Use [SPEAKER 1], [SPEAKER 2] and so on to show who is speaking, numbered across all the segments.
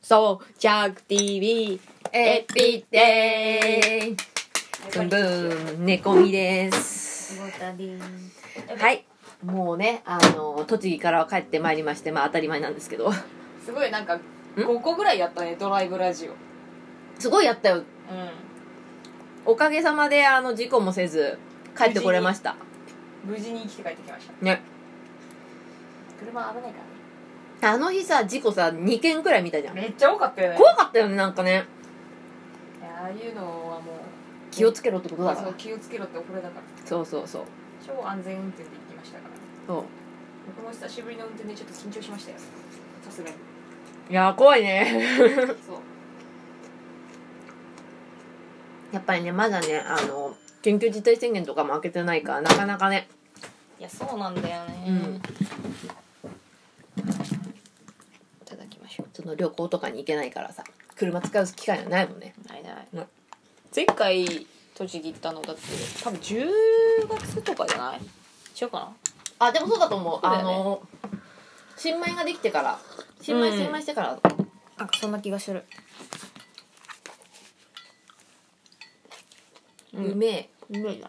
[SPEAKER 1] そう、ジャーク TV、エピデイブンブーン、寝込みです。
[SPEAKER 2] は、
[SPEAKER 1] はいい。もうね、あの、栃木から帰ってまいりまして、まあ当たり前なんですけど。
[SPEAKER 2] すごいなんか5個ぐらいやったねドライブラジオうん
[SPEAKER 1] すごいやったよ。おかげさまで、あの、事故もせず、帰ってこれました。
[SPEAKER 2] 無事に生きて帰ってきました
[SPEAKER 1] ね。
[SPEAKER 2] 車危ないから
[SPEAKER 1] あの日さ、事故さ、2件くらい見たじゃん。
[SPEAKER 2] ねめっちゃ多かったよね
[SPEAKER 1] 怖かったよね、なんかね。
[SPEAKER 2] いやああいうのはもう
[SPEAKER 1] 気をつけろってことだか
[SPEAKER 2] そう
[SPEAKER 1] ら。
[SPEAKER 2] 気をつけろってこれだから
[SPEAKER 1] そうそうそう。
[SPEAKER 2] 超安全運転で行きましたから
[SPEAKER 1] そ
[SPEAKER 2] 僕も久しぶりの運転でちょっと緊張しましたよさ すがに
[SPEAKER 1] う。いやー、怖いね。
[SPEAKER 2] そう
[SPEAKER 1] やっぱりね、まだね、あの、緊急事態宣言とかも開けてないから、なかなかね、
[SPEAKER 2] いやそうなんだよね、
[SPEAKER 1] うん
[SPEAKER 2] いただきましょう
[SPEAKER 1] その旅行とかに行けないからさ車使う機会がないもんね
[SPEAKER 2] ないない、
[SPEAKER 1] うん
[SPEAKER 2] 前回栃木行ったのだって多分10月とかじゃない違うかな
[SPEAKER 1] あでもそうだと思う
[SPEAKER 2] そうだ
[SPEAKER 1] あ
[SPEAKER 2] よね
[SPEAKER 1] の新米ができてから新米
[SPEAKER 2] うん
[SPEAKER 1] 精米してから、
[SPEAKER 2] なんかそんな気がする
[SPEAKER 1] う
[SPEAKER 2] うん
[SPEAKER 1] うめえ
[SPEAKER 2] うまいな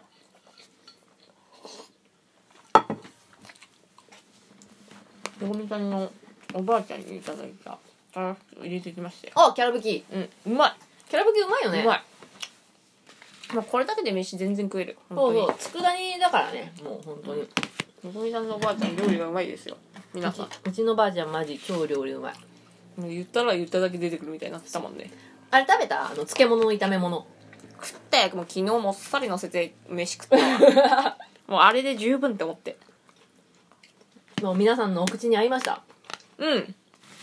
[SPEAKER 2] よごみさんのおばあちゃんにいただいたたらふくを入れてきましたよ
[SPEAKER 1] あキャラブキ
[SPEAKER 2] うんうま
[SPEAKER 1] キャラブキうまいよ
[SPEAKER 2] い、
[SPEAKER 1] ね
[SPEAKER 2] うまいもうこれだけで飯全然食える
[SPEAKER 1] そ
[SPEAKER 2] 本当
[SPEAKER 1] う
[SPEAKER 2] に
[SPEAKER 1] そう佃煮だからねもう本当に
[SPEAKER 2] よごみさんのおばあちゃん料理がうまいですよ皆さん
[SPEAKER 1] うちのばあちゃんマジ超料理うまい
[SPEAKER 2] もう言ったら言っただけ出てくるみたいになってたもんね
[SPEAKER 1] あれ食べたあの漬物の炒め物
[SPEAKER 2] 食ったやもう昨日もっさり乗せて飯 食ったわもうあれで十分って思って
[SPEAKER 1] もう皆さんのお口に合いました
[SPEAKER 2] うん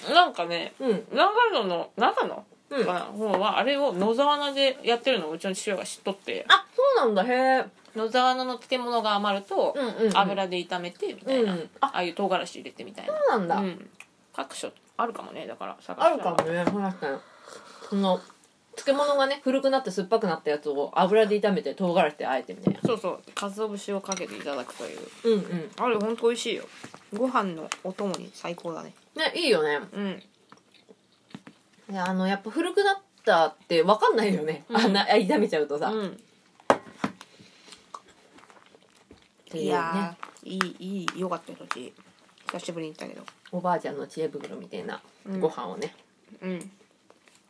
[SPEAKER 2] なんかね
[SPEAKER 1] うん
[SPEAKER 2] 長野の長野
[SPEAKER 1] うん
[SPEAKER 2] かな方はあれを野沢菜でやってるのをうちの父親が知っとって
[SPEAKER 1] あそうなんだへえ
[SPEAKER 2] 野沢菜の漬物が余ると
[SPEAKER 1] うんうん、うん、
[SPEAKER 2] 油で炒めてみたいな、
[SPEAKER 1] うん
[SPEAKER 2] ああいう唐辛子入れてみたい
[SPEAKER 1] そうなんだ、
[SPEAKER 2] な、うん、各所あるかもねだから探
[SPEAKER 1] あ
[SPEAKER 2] したら
[SPEAKER 1] るかもね確かにその漬物がね古くなって酸っぱくなったやつを油で炒めて唐辛子であえてみたいな
[SPEAKER 2] そうそう鰹節をかけていただくという
[SPEAKER 1] うんうん
[SPEAKER 2] あれほんと美味しいよご飯のお供に最高だね
[SPEAKER 1] ねいいよね
[SPEAKER 2] うん
[SPEAKER 1] いやあのやっぱ古くなったって分かんないよね、
[SPEAKER 2] うん
[SPEAKER 1] あんな炒めちゃうとさ、
[SPEAKER 2] うん
[SPEAKER 1] っていう
[SPEAKER 2] い
[SPEAKER 1] ね
[SPEAKER 2] やーいいいいよかったよ時久しぶりに行ったけど
[SPEAKER 1] おばあちゃんの知恵袋みたいな
[SPEAKER 2] うん
[SPEAKER 1] ご飯をね、
[SPEAKER 2] うん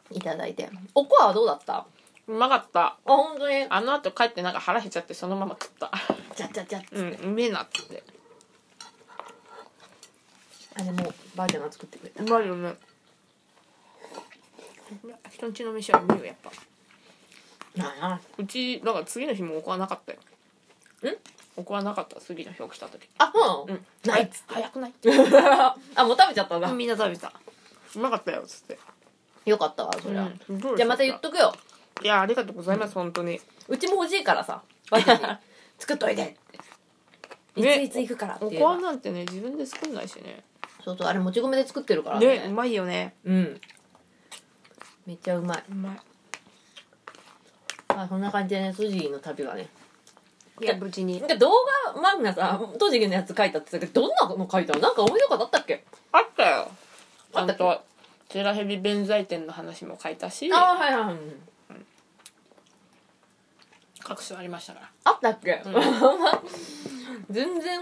[SPEAKER 1] いただいておこわはどうだったあ
[SPEAKER 2] うまかった
[SPEAKER 1] 本当に
[SPEAKER 2] あの後帰ってなんか腹減っちゃってそのまま食った
[SPEAKER 1] ちゃちゃちゃっつって、
[SPEAKER 2] うんうめえなっつって
[SPEAKER 1] あれもばあちゃんが作ってくれた
[SPEAKER 2] うまいよね人んちの飯はうめえよやっぱ
[SPEAKER 1] あ
[SPEAKER 2] うちだから次の日もおこわなかったよ
[SPEAKER 1] ん
[SPEAKER 2] おこわなかった次の日起きた時
[SPEAKER 1] あそう
[SPEAKER 2] う
[SPEAKER 1] なの、
[SPEAKER 2] ん
[SPEAKER 1] ないっつって
[SPEAKER 2] 早くない
[SPEAKER 1] あもう食べちゃったんだ、
[SPEAKER 2] みんな食べたうまかったよっつって
[SPEAKER 1] よかったわそりゃ、
[SPEAKER 2] うんどうでし
[SPEAKER 1] じゃあまた言っとくよ
[SPEAKER 2] いやありがとうございます本当に
[SPEAKER 1] うちも欲しいから さバカに作っといてって、
[SPEAKER 2] ね
[SPEAKER 1] いついつ行くからって
[SPEAKER 2] お
[SPEAKER 1] いう
[SPEAKER 2] こわなんてね自分で作んないしね
[SPEAKER 1] そうそうあれもち米で作ってるからね
[SPEAKER 2] ねうまいよね
[SPEAKER 1] うんめっちゃうまいう
[SPEAKER 2] まい
[SPEAKER 1] まあそんな感じでね栃木の旅がね
[SPEAKER 2] いや無事に
[SPEAKER 1] で動画漫画さ栃木のやつ書いたって言ったけどどんなの書いたのなんか思い出かあったっけ
[SPEAKER 2] あったよち
[SPEAKER 1] あ
[SPEAKER 2] ゃ
[SPEAKER 1] ったっ
[SPEAKER 2] ん
[SPEAKER 1] け
[SPEAKER 2] とジェラヘビ弁財天の話も書いたし
[SPEAKER 1] ああはいはいはいうん
[SPEAKER 2] 各所ありましたから
[SPEAKER 1] あったっけ、
[SPEAKER 2] う
[SPEAKER 1] 全然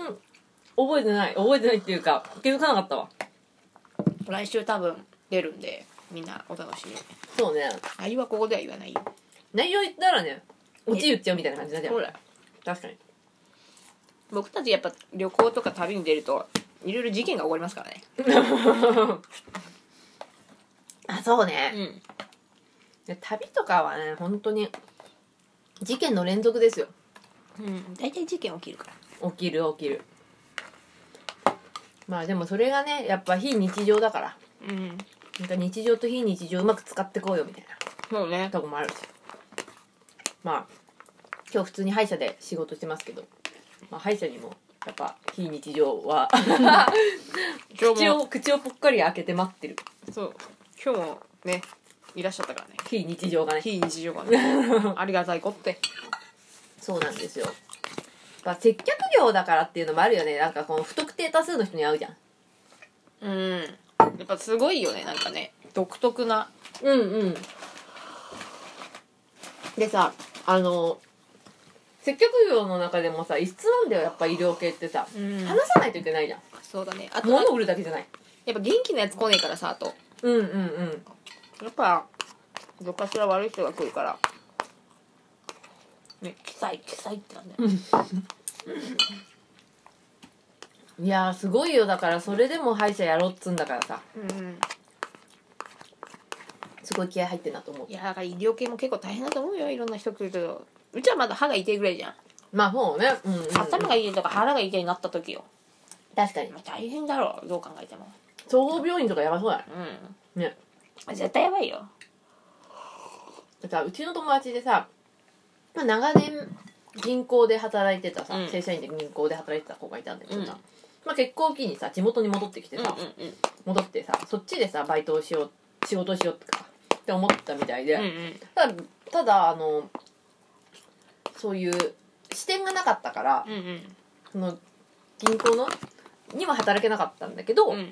[SPEAKER 1] 覚えてない覚えてないっていうか気づかなかったわ
[SPEAKER 2] 来週多分出るんでみんなお楽しみに
[SPEAKER 1] そうね
[SPEAKER 2] あいはここでは言わないよ
[SPEAKER 1] 内容言ったらね落ち言っちゃうみたいな感じだじゃん
[SPEAKER 2] ほら
[SPEAKER 1] 確かに
[SPEAKER 2] 僕たちやっぱ旅行とか旅に出るといろいろ事件が起こりますからね
[SPEAKER 1] あそうね、
[SPEAKER 2] うん
[SPEAKER 1] で旅とかはね本当に事件の連続ですよ
[SPEAKER 2] うん大体事件起きるから
[SPEAKER 1] 起きる起きるまあでもそれがねやっぱ非日常だから
[SPEAKER 2] うん
[SPEAKER 1] なんか日常と非日常うまく使ってこうよみたい
[SPEAKER 2] そうね
[SPEAKER 1] なとこもあるしまあ今日普通に歯医者で仕事してますけど、まあ、歯医者にもやっぱ非日常 は口を口をぽっかり開けて待ってる
[SPEAKER 2] そう今日もねいらっしゃったからね
[SPEAKER 1] 非日常がね
[SPEAKER 2] 非日常 がねありがたいこって
[SPEAKER 1] そうなんですよまあ接客業だからっていうのもあるよねなんかこの不特定多数の人に会うじゃん
[SPEAKER 2] うんやっぱすごいよねなんかね独特な
[SPEAKER 1] うんうんでさあの接客業の中でもさ異質なんだよやっぱ医療系ってさ、
[SPEAKER 2] うん
[SPEAKER 1] 話さないといけないじゃん
[SPEAKER 2] そうだねあと
[SPEAKER 1] 物を売るだけじゃない
[SPEAKER 2] やっぱ元気なやつ来ねえからさあと
[SPEAKER 1] うんうんうん
[SPEAKER 2] やっぱどっかしら悪い人が来るからねキサイキサイってなんだよ、
[SPEAKER 1] いやーすごいよだからそれでも歯医者やろうっつんだからさ
[SPEAKER 2] うん、
[SPEAKER 1] すごい気合入ってんなと思う
[SPEAKER 2] いやだから医療系も結構大変だと思うよいろんな人来るけどうちはまだ歯が痛いぐらいじゃん
[SPEAKER 1] まあそうね、うんうんうん
[SPEAKER 2] 頭が痛いとか腹が痛いになった時よ、
[SPEAKER 1] 確かに
[SPEAKER 2] まあ、大変だろうどう考えても
[SPEAKER 1] 総合病院とかやばそうだね
[SPEAKER 2] う
[SPEAKER 1] ね
[SPEAKER 2] ん絶対やばいよ
[SPEAKER 1] だからうちの友達でさ、まあ、長年銀行で働いてたさ、
[SPEAKER 2] うん
[SPEAKER 1] 正社員で銀行で働いてた子がいたんだけどさ、
[SPEAKER 2] うん
[SPEAKER 1] まあ、結婚を機にさ地元に戻ってきてさ、
[SPEAKER 2] うん
[SPEAKER 1] 戻ってさそっちでさバイトをしよう仕事をしようとかって思ったみたいで、
[SPEAKER 2] うん
[SPEAKER 1] ただただあのそういう視点がなかったから、
[SPEAKER 2] うんうん
[SPEAKER 1] その銀行のには働けなかったんだけど、
[SPEAKER 2] うん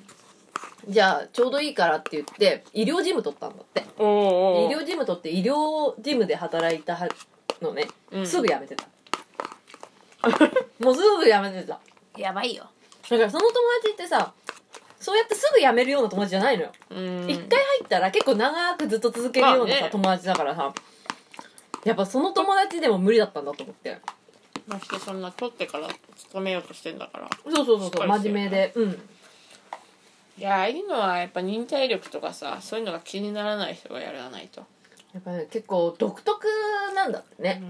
[SPEAKER 1] じゃあちょうどいいからって言って医療事務取ったんだって
[SPEAKER 2] お
[SPEAKER 1] 医療事務取って医療事務で働いたはのね、
[SPEAKER 2] うん
[SPEAKER 1] すぐ辞めてたもうすぐ辞めてた
[SPEAKER 2] やばいよ
[SPEAKER 1] だからその友達ってさそうやってすぐ辞めるような友達じゃないのよ
[SPEAKER 2] うん
[SPEAKER 1] 一、回入ったら結構長くずっと続けるような
[SPEAKER 2] まあ
[SPEAKER 1] さ、
[SPEAKER 2] ね
[SPEAKER 1] 友達だからさやっぱその友達でも無理だったんだと思って
[SPEAKER 2] ましてそんな取ってから勤めようとしてんだから
[SPEAKER 1] そうそうそうそ
[SPEAKER 2] し
[SPEAKER 1] う
[SPEAKER 2] っかりしてる
[SPEAKER 1] 真面目でうん
[SPEAKER 2] いやああいうのはやっぱ忍耐力とかさそういうのが気にならない人がやらないと
[SPEAKER 1] やっぱね結構独特なんだって
[SPEAKER 2] う
[SPEAKER 1] ね、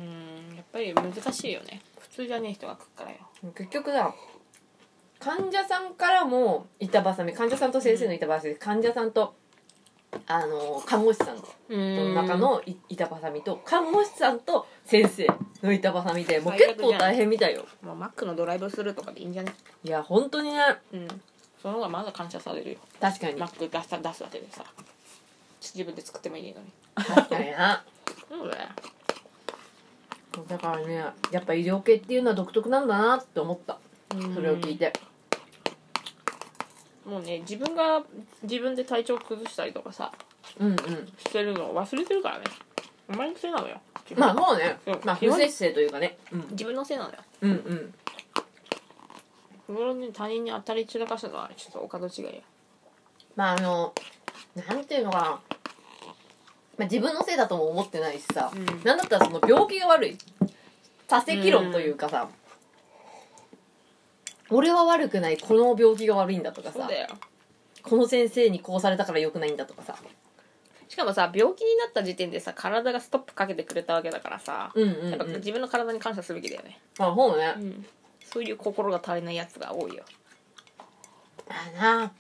[SPEAKER 2] んやっぱり難しいよね普通じゃねえ人が来るからよ
[SPEAKER 1] 結局さ患者さんからも板挟み患者さんと先生の板挟み、患者さんとあの看護師さん
[SPEAKER 2] う
[SPEAKER 1] の中のい板挟みと看護師さんと先生の板挟みでもう結構大変みたいよ
[SPEAKER 2] もうマックのドライブスルーとかでいいんじゃね
[SPEAKER 1] いや本当にね
[SPEAKER 2] うんその方がまだ感謝されるよ
[SPEAKER 1] 確かに
[SPEAKER 2] マック出さ出すだけでさ自分で作ってもいいのに
[SPEAKER 1] 確かにな
[SPEAKER 2] そうだよ
[SPEAKER 1] だからねやっぱ医療系っていうのは独特なんだなって思ったそれを聞いて
[SPEAKER 2] もうね自分が自分で体調崩したりとかさ
[SPEAKER 1] うんうん
[SPEAKER 2] してるのを忘れてるからねお前のせいなのよ
[SPEAKER 1] まあもうね
[SPEAKER 2] うん
[SPEAKER 1] まあ不摂生というかね、うん、
[SPEAKER 2] 自分のせいなのよ
[SPEAKER 1] うんうん
[SPEAKER 2] 日頃に他人に当たり散らかすのはちょっとお門違いや
[SPEAKER 1] まああのなんていうのかな、まあ、自分のせいだとも思ってないしさ、
[SPEAKER 2] うん
[SPEAKER 1] なんだったらその病気が悪い多責論というかさ、俺は悪くないこの病気が悪いんだとか
[SPEAKER 2] そう
[SPEAKER 1] さ
[SPEAKER 2] だよ
[SPEAKER 1] この先生にこうされたから良くないんだとかさ
[SPEAKER 2] しかもさ病気になった時点でさ体がストップかけてくれたわけだからさ、
[SPEAKER 1] うんうん、う
[SPEAKER 2] やっぱ
[SPEAKER 1] ん、
[SPEAKER 2] 自分の体に感謝すべきだよね、
[SPEAKER 1] まあそうね、
[SPEAKER 2] うんそういう心が足りないやつが多いよ
[SPEAKER 1] まあな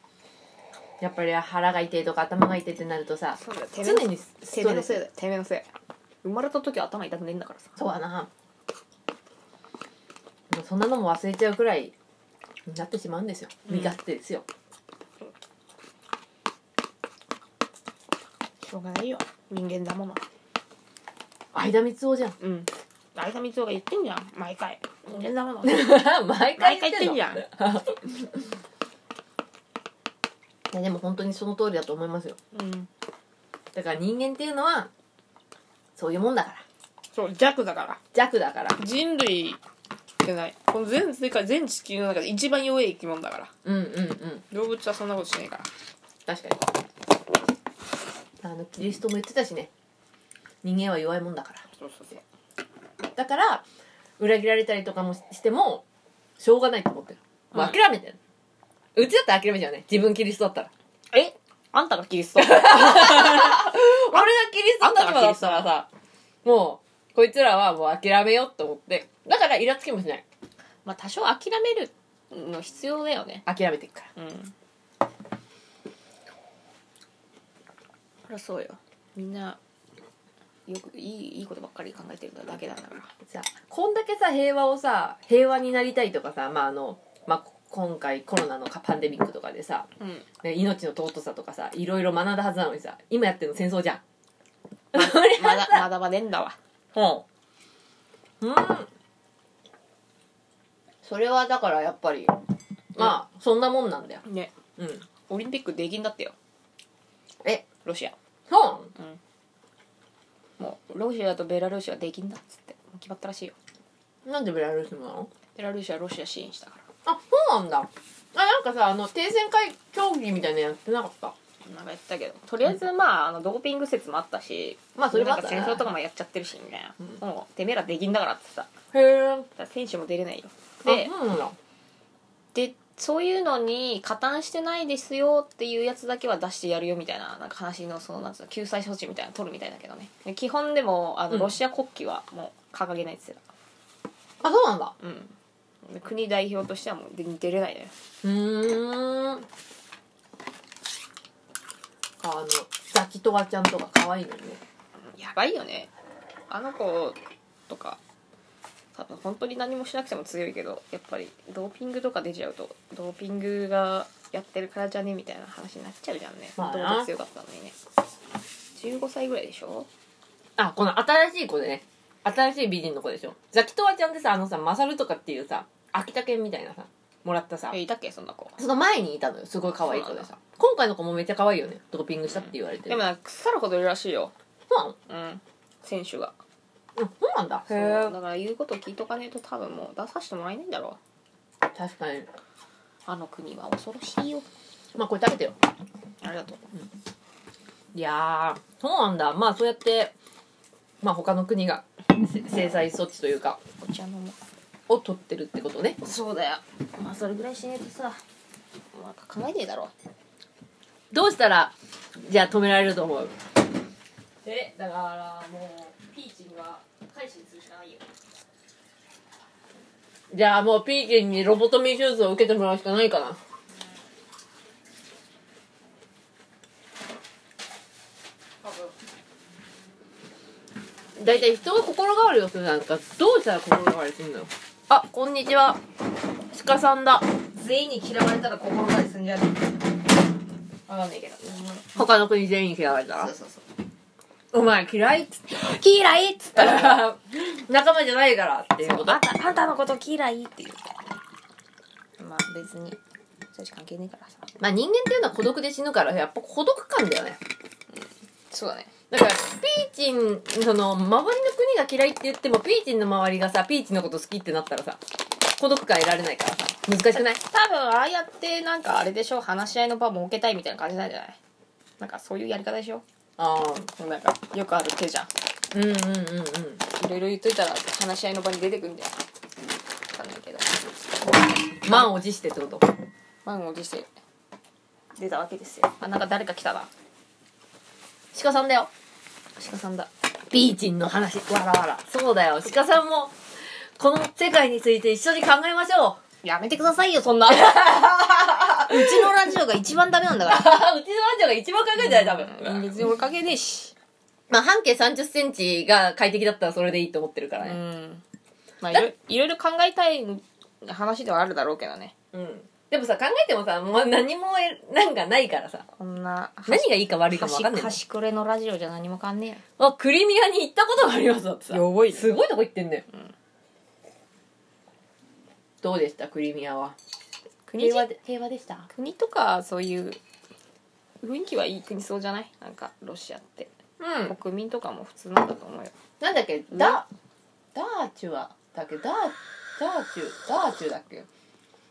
[SPEAKER 1] やっぱり腹が痛いとか頭が痛いってなるとさ
[SPEAKER 2] そうだよてめ
[SPEAKER 1] 常
[SPEAKER 2] え
[SPEAKER 1] にス
[SPEAKER 2] てめえのせいだよてめえのせい生まれた時は頭痛くねえんだからさ
[SPEAKER 1] そうだなもうそんなのも忘れちゃうくらいになってしまうんですよ
[SPEAKER 2] うん
[SPEAKER 1] 身勝手ですよ、
[SPEAKER 2] しょうがないよ人間だもの
[SPEAKER 1] 間光雄じゃん
[SPEAKER 2] うん相田みつおが言ってんじゃん毎回人間だもの
[SPEAKER 1] 毎
[SPEAKER 2] 毎回
[SPEAKER 1] 回言っ
[SPEAKER 2] 言ってて
[SPEAKER 1] ん
[SPEAKER 2] ん
[SPEAKER 1] の
[SPEAKER 2] じゃん
[SPEAKER 1] いやでも本当にその通りだと思いますよ
[SPEAKER 2] うん
[SPEAKER 1] だから人間っていうのはそういうもんだから
[SPEAKER 2] そう弱だから
[SPEAKER 1] 弱だから
[SPEAKER 2] 人類ってないこの全世界全地球の中で一番弱い生き物だから
[SPEAKER 1] うんうんうん
[SPEAKER 2] 動物はそんなことしないから
[SPEAKER 1] 確かにあのキリストも言ってたしね人間は弱いもんだから
[SPEAKER 2] そうそうそう
[SPEAKER 1] だから裏切られたりとかもししてもしょうがないと思ってるもう諦めてる、うちだったら諦めちゃうね自分キリストだったら
[SPEAKER 2] えあんたがキ リスト
[SPEAKER 1] 俺がキリストの立場だったらさもうこいつらはもう諦めようと思ってだからイラつきもしない
[SPEAKER 2] まあ多少諦めるの必要だよね
[SPEAKER 1] 諦めていくから
[SPEAKER 2] うんそりゃそうよみんなよくいいいいことばっかり考えてるだけなんだから
[SPEAKER 1] さこんだけさ平和をさ平和になりたいとかさまああの、まあ、こ今回コロナのかパンデミックとかでさ、
[SPEAKER 2] うん
[SPEAKER 1] ね命の尊さとかさいろいろ学んだはずなのにさ今やってるの戦争じゃん
[SPEAKER 2] まだまだまねんだわ
[SPEAKER 1] うんうんそれはだからやっぱりまあそんなもんなんだよ
[SPEAKER 2] ね
[SPEAKER 1] うん
[SPEAKER 2] オリンピックできんだってよ
[SPEAKER 1] え
[SPEAKER 2] ロシア
[SPEAKER 1] ほん
[SPEAKER 2] もうロシアとベラルーシはできんだっつってもう決まったらしいよ
[SPEAKER 1] なんでベラルーシもなの
[SPEAKER 2] ベラルーシはロシア支援したから
[SPEAKER 1] あそうなんだあなんかさあの停戦会協議みたいなのやってなかった
[SPEAKER 2] なんか言ったけどとりあえずまああのドーピング説もあったし
[SPEAKER 1] まあそれも
[SPEAKER 2] な
[SPEAKER 1] あっ
[SPEAKER 2] ん
[SPEAKER 1] た
[SPEAKER 2] か
[SPEAKER 1] ね
[SPEAKER 2] 戦争とかもやっちゃってるしみたいな、
[SPEAKER 1] うん
[SPEAKER 2] もうてめえらできんだからってさだか
[SPEAKER 1] へえ
[SPEAKER 2] ら選手も出れないよ
[SPEAKER 1] で
[SPEAKER 2] で
[SPEAKER 1] そうなんだ
[SPEAKER 2] でそういうのに加担してないですよっていうやつだけは出してやるよみたいななんか話のそのなんつうの救済措置みたいなの取るみたいだけどねで基本でもあ
[SPEAKER 1] う
[SPEAKER 2] の
[SPEAKER 1] ん
[SPEAKER 2] ロシア国旗はもう掲げないっつって
[SPEAKER 1] あそうなんだ
[SPEAKER 2] たうんで国代表としてはもうで出れないだよ
[SPEAKER 1] うーんあのザキトワちゃんとか可愛いのにね
[SPEAKER 2] やばいよねあの子とか多分本当に何もしなくても強いけどやっぱりドーピングとか出ちゃうとドーピングがやってるからじゃねみたいな話になっちゃうじゃんね
[SPEAKER 1] ま
[SPEAKER 2] も
[SPEAKER 1] あ
[SPEAKER 2] と
[SPEAKER 1] な
[SPEAKER 2] もと強かったのにね15歳ぐらいでしょ
[SPEAKER 1] あこの新しい子でね新しい美人の子でしょザキトワちゃんってさあのさマサルとかっていうさ秋田犬みたいなさもらったさ
[SPEAKER 2] えいたっけそんな子
[SPEAKER 1] その前にいたのよすごい可愛い子で
[SPEAKER 2] そう
[SPEAKER 1] さ今回の子もめっちゃ可愛いよねドーピングしたって言われて
[SPEAKER 2] で
[SPEAKER 1] る、
[SPEAKER 2] もなんか腐るほどいるらしいよ
[SPEAKER 1] そうな
[SPEAKER 2] う
[SPEAKER 1] の
[SPEAKER 2] ん選手が
[SPEAKER 1] うんそうなんだ
[SPEAKER 2] そう
[SPEAKER 1] へ
[SPEAKER 2] だから言うこと聞いとかねえと多分もう出させてもらえないんだろ
[SPEAKER 1] え確かに
[SPEAKER 2] うあの国は恐ろしいよ
[SPEAKER 1] まあこれ食べてよ
[SPEAKER 2] ありがとう
[SPEAKER 1] いやーそうなんだまあそうやってまあ他の国がせ制裁措置というか
[SPEAKER 2] お茶飲もう
[SPEAKER 1] を取ってるってことね
[SPEAKER 2] そうだよまあそれぐらいしないとさなんか考えていだろ
[SPEAKER 1] どうしたらじゃあ止められると思う
[SPEAKER 2] えだからもうピーチには改心するしかないよ
[SPEAKER 1] じゃあもうピーキンにロボトミー手術を受けてもらうしかないかな
[SPEAKER 2] 多分
[SPEAKER 1] 大体人が心変わりをするなんかどうしたら心変わりするのよあこんにちは鹿さんだ
[SPEAKER 2] 全員に嫌われたら心がりすんじゃねえわかんないけど、
[SPEAKER 1] 他の国全員嫌われたら
[SPEAKER 2] そうそうそう
[SPEAKER 1] お前嫌いっつって
[SPEAKER 2] 嫌いっつった
[SPEAKER 1] た
[SPEAKER 2] ら
[SPEAKER 1] ら 仲間じゃないからっていう
[SPEAKER 2] あ
[SPEAKER 1] こ
[SPEAKER 2] ん
[SPEAKER 1] と
[SPEAKER 2] たあんたのこと嫌いって言うまあ別にそれしか関係ねえからさ
[SPEAKER 1] まあ人間っていうのは孤独で死ぬからやっぱ孤独感だよね
[SPEAKER 2] そうだね
[SPEAKER 1] だからピーチンその周りの国が嫌いって言ってもピーチンの周りがさピーチンのこと好きってなったらさ孤独感得られないからさ難しくない
[SPEAKER 2] 多分ああやってなんかあれでしょ話し合いの場設けたいみたいな感じなんじゃないなんかそういうやり方でしょ
[SPEAKER 1] ああ
[SPEAKER 2] なんかよくある手じゃん
[SPEAKER 1] うんうんうんうん
[SPEAKER 2] いろいろ言っといたら話し合いの場に出てくるんだよ分かんないけど
[SPEAKER 1] 満を持してってこと
[SPEAKER 2] 満を持して出たわけですよあなんか誰か来たな
[SPEAKER 1] 鹿さんだよ
[SPEAKER 2] 鹿さんだ
[SPEAKER 1] ピーチンの話わらわらそうだよ鹿さんもこの世界について一緒に考えましょう
[SPEAKER 2] やめてくださいよそんなうちのラジオが一番ダメなんだか
[SPEAKER 1] うちのアンちゃんが一番考えてない多分
[SPEAKER 2] ら別に俺関係ねえし
[SPEAKER 1] まあ半径3 0センチが快適だったらそれでいいと思ってるから
[SPEAKER 2] う
[SPEAKER 1] ね
[SPEAKER 2] んまあいろいろいろ考えたい話ではあるだろうけどね
[SPEAKER 1] うんでもさ考えてもさもう何もえなんかないからさ
[SPEAKER 2] こんな
[SPEAKER 1] 何がいいか悪いかも分かんない
[SPEAKER 2] 端くれのラジオじゃ何も変わんね
[SPEAKER 1] あクリミアに行ったことがありますだってさ
[SPEAKER 2] やばいね
[SPEAKER 1] すごいとこ行ってんね、よ
[SPEAKER 2] ん
[SPEAKER 1] どうでしたクリミアは
[SPEAKER 2] え国じ
[SPEAKER 1] で平和でした
[SPEAKER 2] 国とかそういう雰囲気はいい国そうじゃないなんかロシアって
[SPEAKER 1] うん
[SPEAKER 2] 国民とかも普通なんだと思うよ
[SPEAKER 1] なんだっけダダーチュはだっけダーダーチュダーチュだっけ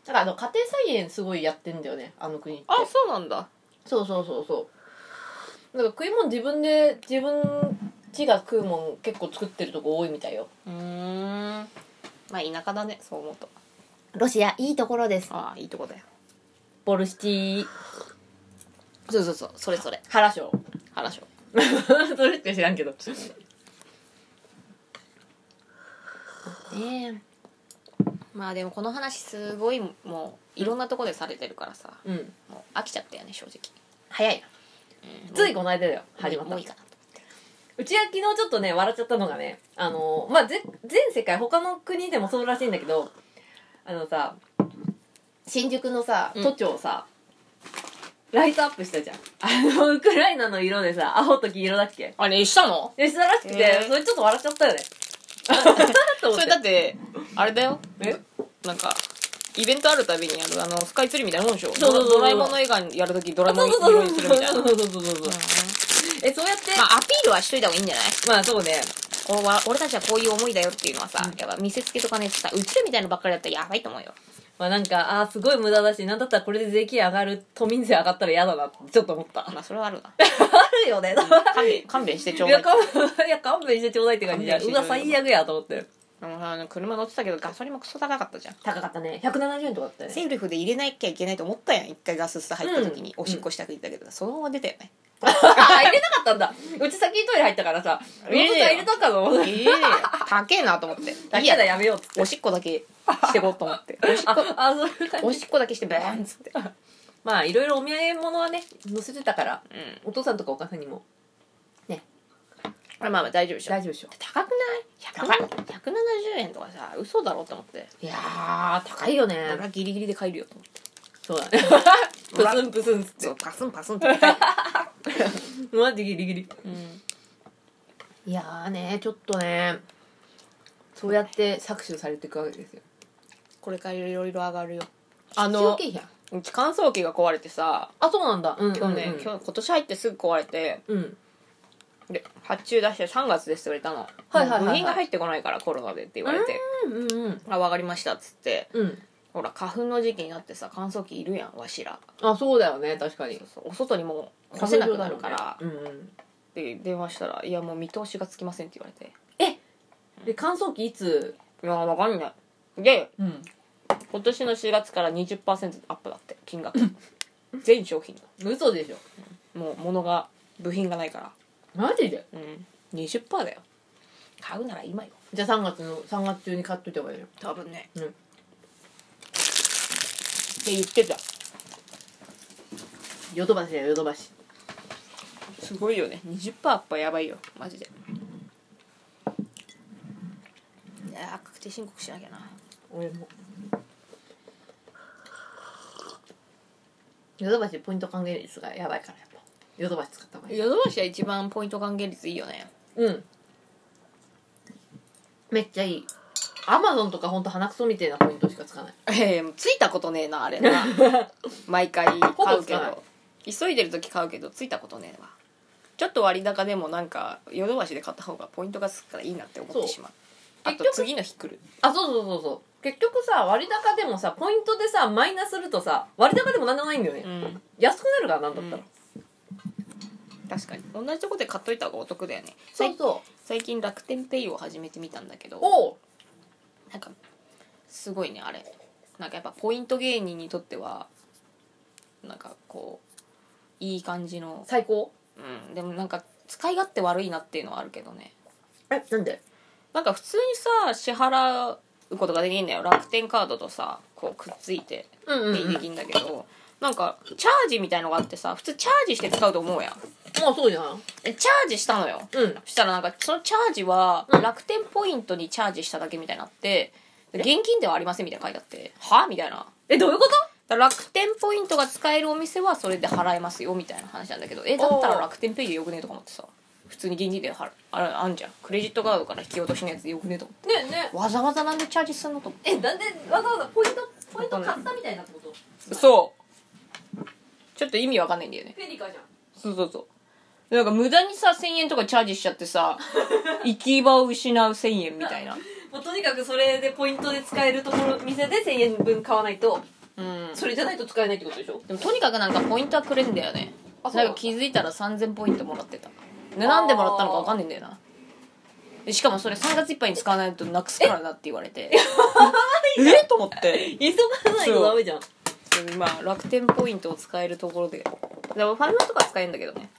[SPEAKER 1] なんかあの家庭菜園すごいやってんだよねあの国って
[SPEAKER 2] あそうなんだ
[SPEAKER 1] そうそうそうそうなんか食い物自分で自分ちが食うもん結構作ってるとこ多いみたいよ
[SPEAKER 2] うーんまあ田舎だねそう思うと
[SPEAKER 1] ロシアいいところです
[SPEAKER 2] ああいいとこだよ
[SPEAKER 1] ボルシチー
[SPEAKER 2] そうそうそうそれそれ
[SPEAKER 1] 原省
[SPEAKER 2] 話を
[SPEAKER 1] それしか知らんけど
[SPEAKER 2] ねえまあでもこの話すごいもういろんなとこでされてるからさ
[SPEAKER 1] うん
[SPEAKER 2] もう飽きちゃったよね正直、
[SPEAKER 1] 早いなついこの間だよ
[SPEAKER 2] 始
[SPEAKER 1] 始ま
[SPEAKER 2] ま
[SPEAKER 1] っ
[SPEAKER 2] ったたもう
[SPEAKER 1] の
[SPEAKER 2] いいかなと
[SPEAKER 1] うちは昨日ちょっとね笑っちゃったのがねあのまあぜ全世界他の国でもそうらしいんだけどあのさ新宿のさ
[SPEAKER 2] うん
[SPEAKER 1] 都庁をさ、ライトアップしたじゃんあのウクライナの色でさ青と黄色だっけ
[SPEAKER 2] あれしたの
[SPEAKER 1] でしたらしくて、
[SPEAKER 2] へー
[SPEAKER 1] それちょっと笑っちゃったよねと
[SPEAKER 2] そ
[SPEAKER 1] 思っ
[SPEAKER 2] れ
[SPEAKER 1] て
[SPEAKER 2] だってあれだよ
[SPEAKER 1] え
[SPEAKER 2] なんかイベントあるたびにやるあのスカイツリーみたいなもんでしょ
[SPEAKER 1] そうそうそ
[SPEAKER 2] ドラド
[SPEAKER 1] う
[SPEAKER 2] ラえもんの映画やるときドラえもん
[SPEAKER 1] そうそう
[SPEAKER 2] 色にする
[SPEAKER 1] そう
[SPEAKER 2] みたいな
[SPEAKER 1] そうそうそうそうそうえそうやって
[SPEAKER 2] まあアピールはしといた方がいいんじゃない
[SPEAKER 1] まあそうね
[SPEAKER 2] こうわ俺たちはこういう思いだよっていうのはさ、やっぱ見せつけとかねえとさうちらみたいなのばっかりだったらやばいと思うよ
[SPEAKER 1] まあなんかあーすごい無駄だしなんだったらこれで税金上がる都民税上がったら嫌だなってちょっと思った
[SPEAKER 2] まあそれはあるな
[SPEAKER 1] あるよね
[SPEAKER 2] 勘 弁勘弁してちょう
[SPEAKER 1] い
[SPEAKER 2] だ
[SPEAKER 1] や
[SPEAKER 2] い
[SPEAKER 1] 勘 弁いや勘弁してちょうだいって感じで
[SPEAKER 2] 勘弁して
[SPEAKER 1] う
[SPEAKER 2] ちょう
[SPEAKER 1] わ
[SPEAKER 2] だい
[SPEAKER 1] 最悪やと思って
[SPEAKER 2] あのさ車乗ってたけどガソリンもクソ高かったじゃん
[SPEAKER 1] 高かったね170円とかだったよね
[SPEAKER 2] セルフで入れなきゃいけないと思ったやん一回ガススタ入った時に
[SPEAKER 1] うん
[SPEAKER 2] おしっこしたく言ったけど、そのまま出たよね
[SPEAKER 1] あ入れなかったんだうち先にトイレ入ったからさ
[SPEAKER 2] 入れねえよ
[SPEAKER 1] 入れたかの
[SPEAKER 2] ええ高えなと思って
[SPEAKER 1] だ
[SPEAKER 2] い
[SPEAKER 1] や
[SPEAKER 2] や
[SPEAKER 1] だやめようっつって
[SPEAKER 2] おしっこだけしてこうと思っておしっ
[SPEAKER 1] あ
[SPEAKER 2] こ
[SPEAKER 1] あそう いう感じ
[SPEAKER 2] おしっこだけしてバーンっつってうん
[SPEAKER 1] まあいろいろお土産物はね載せてたからお父さんとかお母さんにも
[SPEAKER 2] まあまあ大丈夫でしょ
[SPEAKER 1] 大丈夫でしょ
[SPEAKER 2] 高くない100 170円とかさ嘘だろと思って
[SPEAKER 1] いやー高いよね
[SPEAKER 2] 俺はギリギリで帰るよと思って
[SPEAKER 1] そう だねプスンプスンっつって
[SPEAKER 2] そうパスンパスンって帰る、
[SPEAKER 1] マジギリギリ
[SPEAKER 2] うん、
[SPEAKER 1] いやーねちょっとねそうやって搾取されていくわけですよ
[SPEAKER 2] これからいろいろ上がるよあ
[SPEAKER 1] 必要
[SPEAKER 2] の
[SPEAKER 1] 経費や
[SPEAKER 2] うち乾燥機が壊れてさ
[SPEAKER 1] あそうなんだうん
[SPEAKER 2] 去年、
[SPEAKER 1] うんうん
[SPEAKER 2] 今日今年入ってすぐ壊れて
[SPEAKER 1] うん
[SPEAKER 2] で発注出して3月ですって言われたの、
[SPEAKER 1] はいはいはいはい
[SPEAKER 2] もう部品が入ってこないからコロナでって言われて
[SPEAKER 1] うんうんうん
[SPEAKER 2] 「あ分かりました」っつって
[SPEAKER 1] うん
[SPEAKER 2] ほら花粉の時期になってさ乾燥機いるやんわしら
[SPEAKER 1] あそうだよね確かに
[SPEAKER 2] そうそうお外にもう干せなくなるから、
[SPEAKER 1] うんうん
[SPEAKER 2] で電話したら「いやもう見通しがつきません」って言われて「
[SPEAKER 1] で乾燥機いつ
[SPEAKER 2] いや分かんない」で
[SPEAKER 1] うん
[SPEAKER 2] 今年の4月から20%アップだって金 額全商品
[SPEAKER 1] 嘘でしょ
[SPEAKER 2] のもう物が部品がないか
[SPEAKER 1] マジで
[SPEAKER 2] らうん20%だよ買うなら今よ
[SPEAKER 1] じゃあ3月の3月中に買っといた方がいいよ
[SPEAKER 2] 多分ね、
[SPEAKER 1] うん
[SPEAKER 2] って言ってた
[SPEAKER 1] ヨドバシだよヨドバシ
[SPEAKER 2] すごいよね20%アップはやばいよマジでいやー確定申告しなきゃな
[SPEAKER 1] 俺もヨドバシポイント還元率がやばいからやっぱヨドバシ使った方がいい
[SPEAKER 2] ヨドバシは一番ポイント還元率いいよね
[SPEAKER 1] うんめっちゃいいアマゾンとかほんと鼻くそみたいなポイントしかつかない
[SPEAKER 2] ええもうついたことねえなあれ な毎回買うけ
[SPEAKER 1] ほぼ
[SPEAKER 2] ど急いでる時買うけどついたことねえわちょっと割高でもなんかヨドバシで買った方がポイントがつくからいいなって思っ
[SPEAKER 1] そう
[SPEAKER 2] てしまうあと
[SPEAKER 1] 結局
[SPEAKER 2] 次の日来る
[SPEAKER 1] あそうそうそうそう結局さ割高でもさポイントでさマイナスするとさ割高でもなんでもないんだよね、
[SPEAKER 2] うん
[SPEAKER 1] 安くなるからなんだったら、
[SPEAKER 2] 確かに同じとこで買っといた方がお得だよね
[SPEAKER 1] そうそう
[SPEAKER 2] 最近楽天ペイを始めてみたんだけど
[SPEAKER 1] おう
[SPEAKER 2] なんかすごいねあれなんかやっぱポイント芸人にとってはなんかこういい感じの
[SPEAKER 1] 最高
[SPEAKER 2] うんでもなんか使い勝手悪いなっていうのはあるけどね
[SPEAKER 1] えなんで
[SPEAKER 2] なんか普通にさ支払うことができんだよ楽天カードとさこうくっついて
[SPEAKER 1] うんう
[SPEAKER 2] ペ
[SPEAKER 1] ん、
[SPEAKER 2] イできんだけど、なんかチャージみたいのがあってさ普通チャージして使うと思うやん
[SPEAKER 1] もうそうじゃない
[SPEAKER 2] えチャージしたのよ
[SPEAKER 1] うん
[SPEAKER 2] そしたらなんかそのチャージは
[SPEAKER 1] うん
[SPEAKER 2] 楽天ポイントにチャージしただけみたいになって現金ではありませんみたいな書いてあってはみたいな
[SPEAKER 1] えどういうこと
[SPEAKER 2] だから楽天ポイントが使えるお店はそれで払えますよみたいな話なんだけどえだったら楽天ペイでよくねえとか思ってさ普通に現金で払うあれあんじゃんクレジットカードから引き落としのやつでよくねえと思
[SPEAKER 1] ねえね
[SPEAKER 2] ってわざわざなんでチャージすんのと思
[SPEAKER 1] ええなんでわざわざポイントポイント買ったみたいなってこと
[SPEAKER 2] ってそうちょっと意味わかんないんだよね
[SPEAKER 1] ペリカじゃん
[SPEAKER 2] そうそうそうでなんか無駄にさ1000円とかチャージしちゃってさ行き場を失う1000円みたいな
[SPEAKER 1] もうとにかくそれでポイントで使えるところ店で1000円分買わないと
[SPEAKER 2] うん
[SPEAKER 1] それじゃないと使えないってことでしょ
[SPEAKER 2] でもとにかくなんかポイントはくれんだよね
[SPEAKER 1] あそう
[SPEAKER 2] なんか気づいたら3000ポイントもらってたでなんでもらったのか分かんねえんだよなでしかもそれ3月いっぱいに使わないとなくすからだって言われて えっと思って
[SPEAKER 1] 急がないとダメじゃん
[SPEAKER 2] 今楽天ポイントを使えるところででもファミマとか使えるんだけどね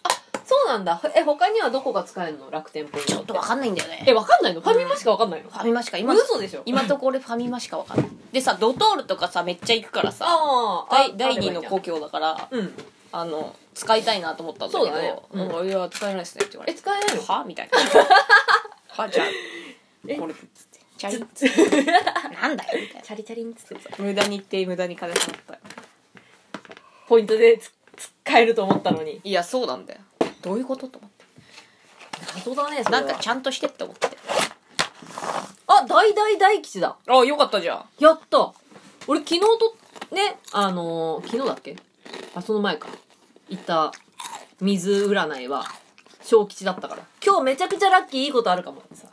[SPEAKER 1] そうなんだえ他にはどこが使えるの楽天ポイント
[SPEAKER 2] ちょっと分かんないんだよね
[SPEAKER 1] えわかんないのファミマしかわかんないの、
[SPEAKER 2] ファミマしか今
[SPEAKER 1] 嘘でしょ
[SPEAKER 2] 今とこれファミマしか分かんないでさドトールとかさめっちゃ行くからさ
[SPEAKER 1] あーあ
[SPEAKER 2] 第第2の故郷だから
[SPEAKER 1] うん
[SPEAKER 2] あの使いたいなと思ったんだけ
[SPEAKER 1] そうだね
[SPEAKER 2] ど「なんかいや使えないですね」って言われて
[SPEAKER 1] え使えないの
[SPEAKER 2] はみたいな「 はじゃあこれ」つって「チャリ
[SPEAKER 1] チ
[SPEAKER 2] なんだよ」みたいな
[SPEAKER 1] ャリチャリンっつって
[SPEAKER 2] 無駄に言って無駄に金払った
[SPEAKER 1] ポイントでつ使えると思ったのに
[SPEAKER 2] いやそうなんだよどういうことと思って
[SPEAKER 1] そうだねそれ
[SPEAKER 2] な
[SPEAKER 1] は
[SPEAKER 2] んかちゃんとしてって思って
[SPEAKER 1] あ大大大吉だ
[SPEAKER 2] あよかったじゃん
[SPEAKER 1] やった俺昨日とねあのー昨日だっけあその前か行った水占いは小吉だったから今日めちゃくちゃラッキーいいことあるかもってさ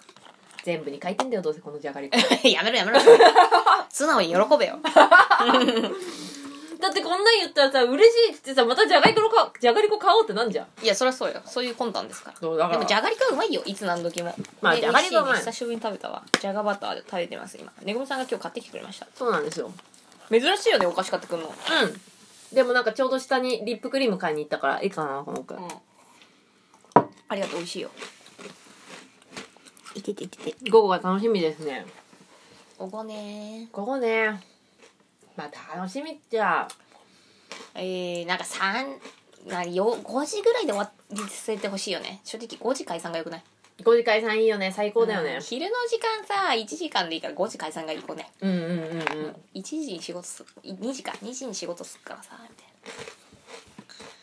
[SPEAKER 1] 全部に書いてんだよどうせこのじゃがりこ
[SPEAKER 2] やめろや めろ素直に喜べよ
[SPEAKER 1] だってこんなん言ったらさ嬉しいっつってさまたじゃがりこのかじゃがりこ買おうってなんじゃん
[SPEAKER 2] いやそりゃそうよそういう魂胆ですから
[SPEAKER 1] そうだ
[SPEAKER 2] でもじゃがりこはうまいよいつ何時も
[SPEAKER 1] まあ
[SPEAKER 2] で
[SPEAKER 1] じゃがりこはうま
[SPEAKER 2] 美
[SPEAKER 1] い
[SPEAKER 2] 味しね久しぶりに食べたわじゃがバターで食べてます今ねぐみさんが今日買ってきてくれました
[SPEAKER 1] そうなんですよ
[SPEAKER 2] 珍しいよねお菓子買ってくんの
[SPEAKER 1] うんでもなんかちょうど下にリップクリーム買いに行ったからいいかなこの子、
[SPEAKER 2] うんありがとう美味しいよいてててて
[SPEAKER 1] 午後が楽しみですね
[SPEAKER 2] おごね
[SPEAKER 1] 午後ねまあ楽しみっちゃ
[SPEAKER 2] えー、なんか3なよ5時ぐらいで終わりせてほしいよね正直5時解散がよくない
[SPEAKER 1] 5時解散いいよね最高だよね
[SPEAKER 2] ん、昼の時間さ1時間でいいから5時解散がいい子ね
[SPEAKER 1] うんうんうんうん
[SPEAKER 2] 1時に仕事す2時か2時に仕事すっからさみたい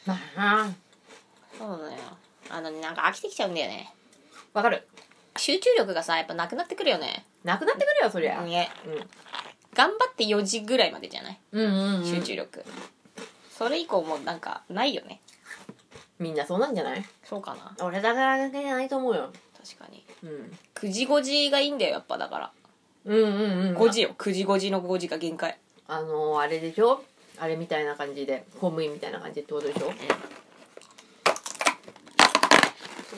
[SPEAKER 1] まあ
[SPEAKER 2] なそうだよあのねなんか飽きてきちゃうんだよね
[SPEAKER 1] わかる
[SPEAKER 2] 集中力がさやっぱなくなってくるよね
[SPEAKER 1] なくなってくるよそりゃ、うん
[SPEAKER 2] ね頑張って4時ぐらいまでじゃない
[SPEAKER 1] うんうんうん
[SPEAKER 2] 集中力、それ以降もうなんかないよね
[SPEAKER 1] みんなそうなんじゃない
[SPEAKER 2] そうかな
[SPEAKER 1] 俺だからだけじゃないと思うよ、
[SPEAKER 2] 確かに
[SPEAKER 1] うん、
[SPEAKER 2] 9時5時がいいんだよやっぱだから
[SPEAKER 1] うんうんうん
[SPEAKER 2] 5時よ9時5時の5時が限界
[SPEAKER 1] あのー、あれでしょあれみたいな感じで公務員みたいな感じってことでしょ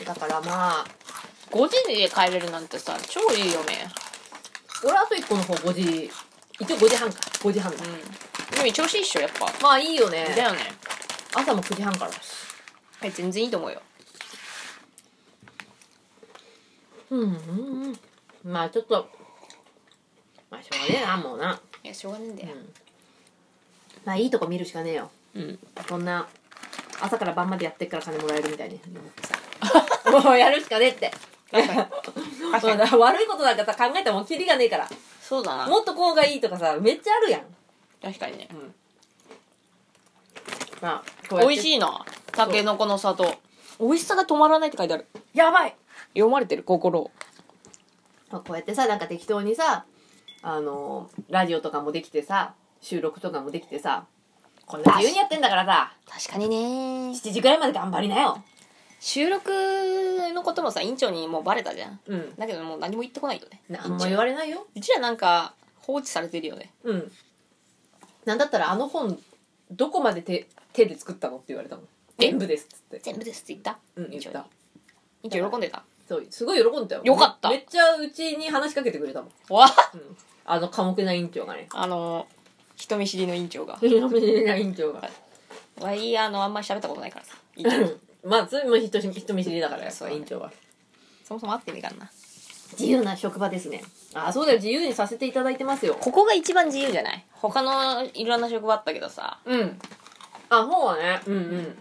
[SPEAKER 1] だからまあ
[SPEAKER 2] 5時で帰れるなんてさ超いいよね
[SPEAKER 1] 俺あと1個の方5時一応5時半か5時半だ、
[SPEAKER 2] うんでも調子いいっしょやっぱ
[SPEAKER 1] まあいいよね
[SPEAKER 2] だよね
[SPEAKER 1] 朝も9時半からだし
[SPEAKER 2] え全然いいと思うよ
[SPEAKER 1] うんうんうんまあちょっとまあしょうがねえなもうな、
[SPEAKER 2] いやしょうがねえんだ
[SPEAKER 1] う
[SPEAKER 2] よ
[SPEAKER 1] ん、まあいいとこ見るしかねえよ
[SPEAKER 2] うん
[SPEAKER 1] こんな朝から晩までやってっから金もらえるみたいに 思ってさもうやるしかねえって
[SPEAKER 2] 確かに確
[SPEAKER 1] そう
[SPEAKER 2] かに
[SPEAKER 1] だ悪いことなんかさ考えてもキリがねえから
[SPEAKER 2] そうだな
[SPEAKER 1] もっとこうがいいとかさめっちゃあるやん、
[SPEAKER 2] 確かにね
[SPEAKER 1] まあ、こうやって
[SPEAKER 2] 美味しいなタケノコの砂糖美味しさが止まらないって書いてある
[SPEAKER 1] やばい
[SPEAKER 2] 読まれてる心を
[SPEAKER 1] まあこうやってさなんか適当にさあのーラジオとかもできてさ収録とかもできてさこんな自由にやってんだからさ
[SPEAKER 2] 確かにね
[SPEAKER 1] 7時ぐらいまで頑張りなよ
[SPEAKER 2] 収録のこともさ院長にもうバレたじゃん
[SPEAKER 1] うん
[SPEAKER 2] だけどもう何も言ってこないよね
[SPEAKER 1] 何も言われないよ
[SPEAKER 2] うちらなんか放置されてるよね
[SPEAKER 1] うんなんだったらあの本どこまで手手で作ったのって言われたもん
[SPEAKER 2] え
[SPEAKER 1] 全部ですっつって
[SPEAKER 2] 全部ですって言った
[SPEAKER 1] うん言った
[SPEAKER 2] 院長喜んでた
[SPEAKER 1] そうすごい喜んでたよ
[SPEAKER 2] よかった
[SPEAKER 1] めっちゃうちに話しかけてくれたもん、
[SPEAKER 2] わ
[SPEAKER 1] うん、あの寡黙な院長が ね
[SPEAKER 2] あの人見知りの院長が
[SPEAKER 1] 寡黙な院長が
[SPEAKER 2] わいあのあんまり喋ったことない からさ院
[SPEAKER 1] う
[SPEAKER 2] 長
[SPEAKER 1] ん まあそれも人し人見知りだからやっ
[SPEAKER 2] そ
[SPEAKER 1] ぱ
[SPEAKER 2] うね
[SPEAKER 1] 院長は
[SPEAKER 2] そもそも会ってみかんな
[SPEAKER 1] 自由な職場ですねあそうだよ自由にさせていただいてますよ
[SPEAKER 2] ここが一番自由じゃない他のいろんな職場あったけどさ
[SPEAKER 1] うんあ本はねうんうん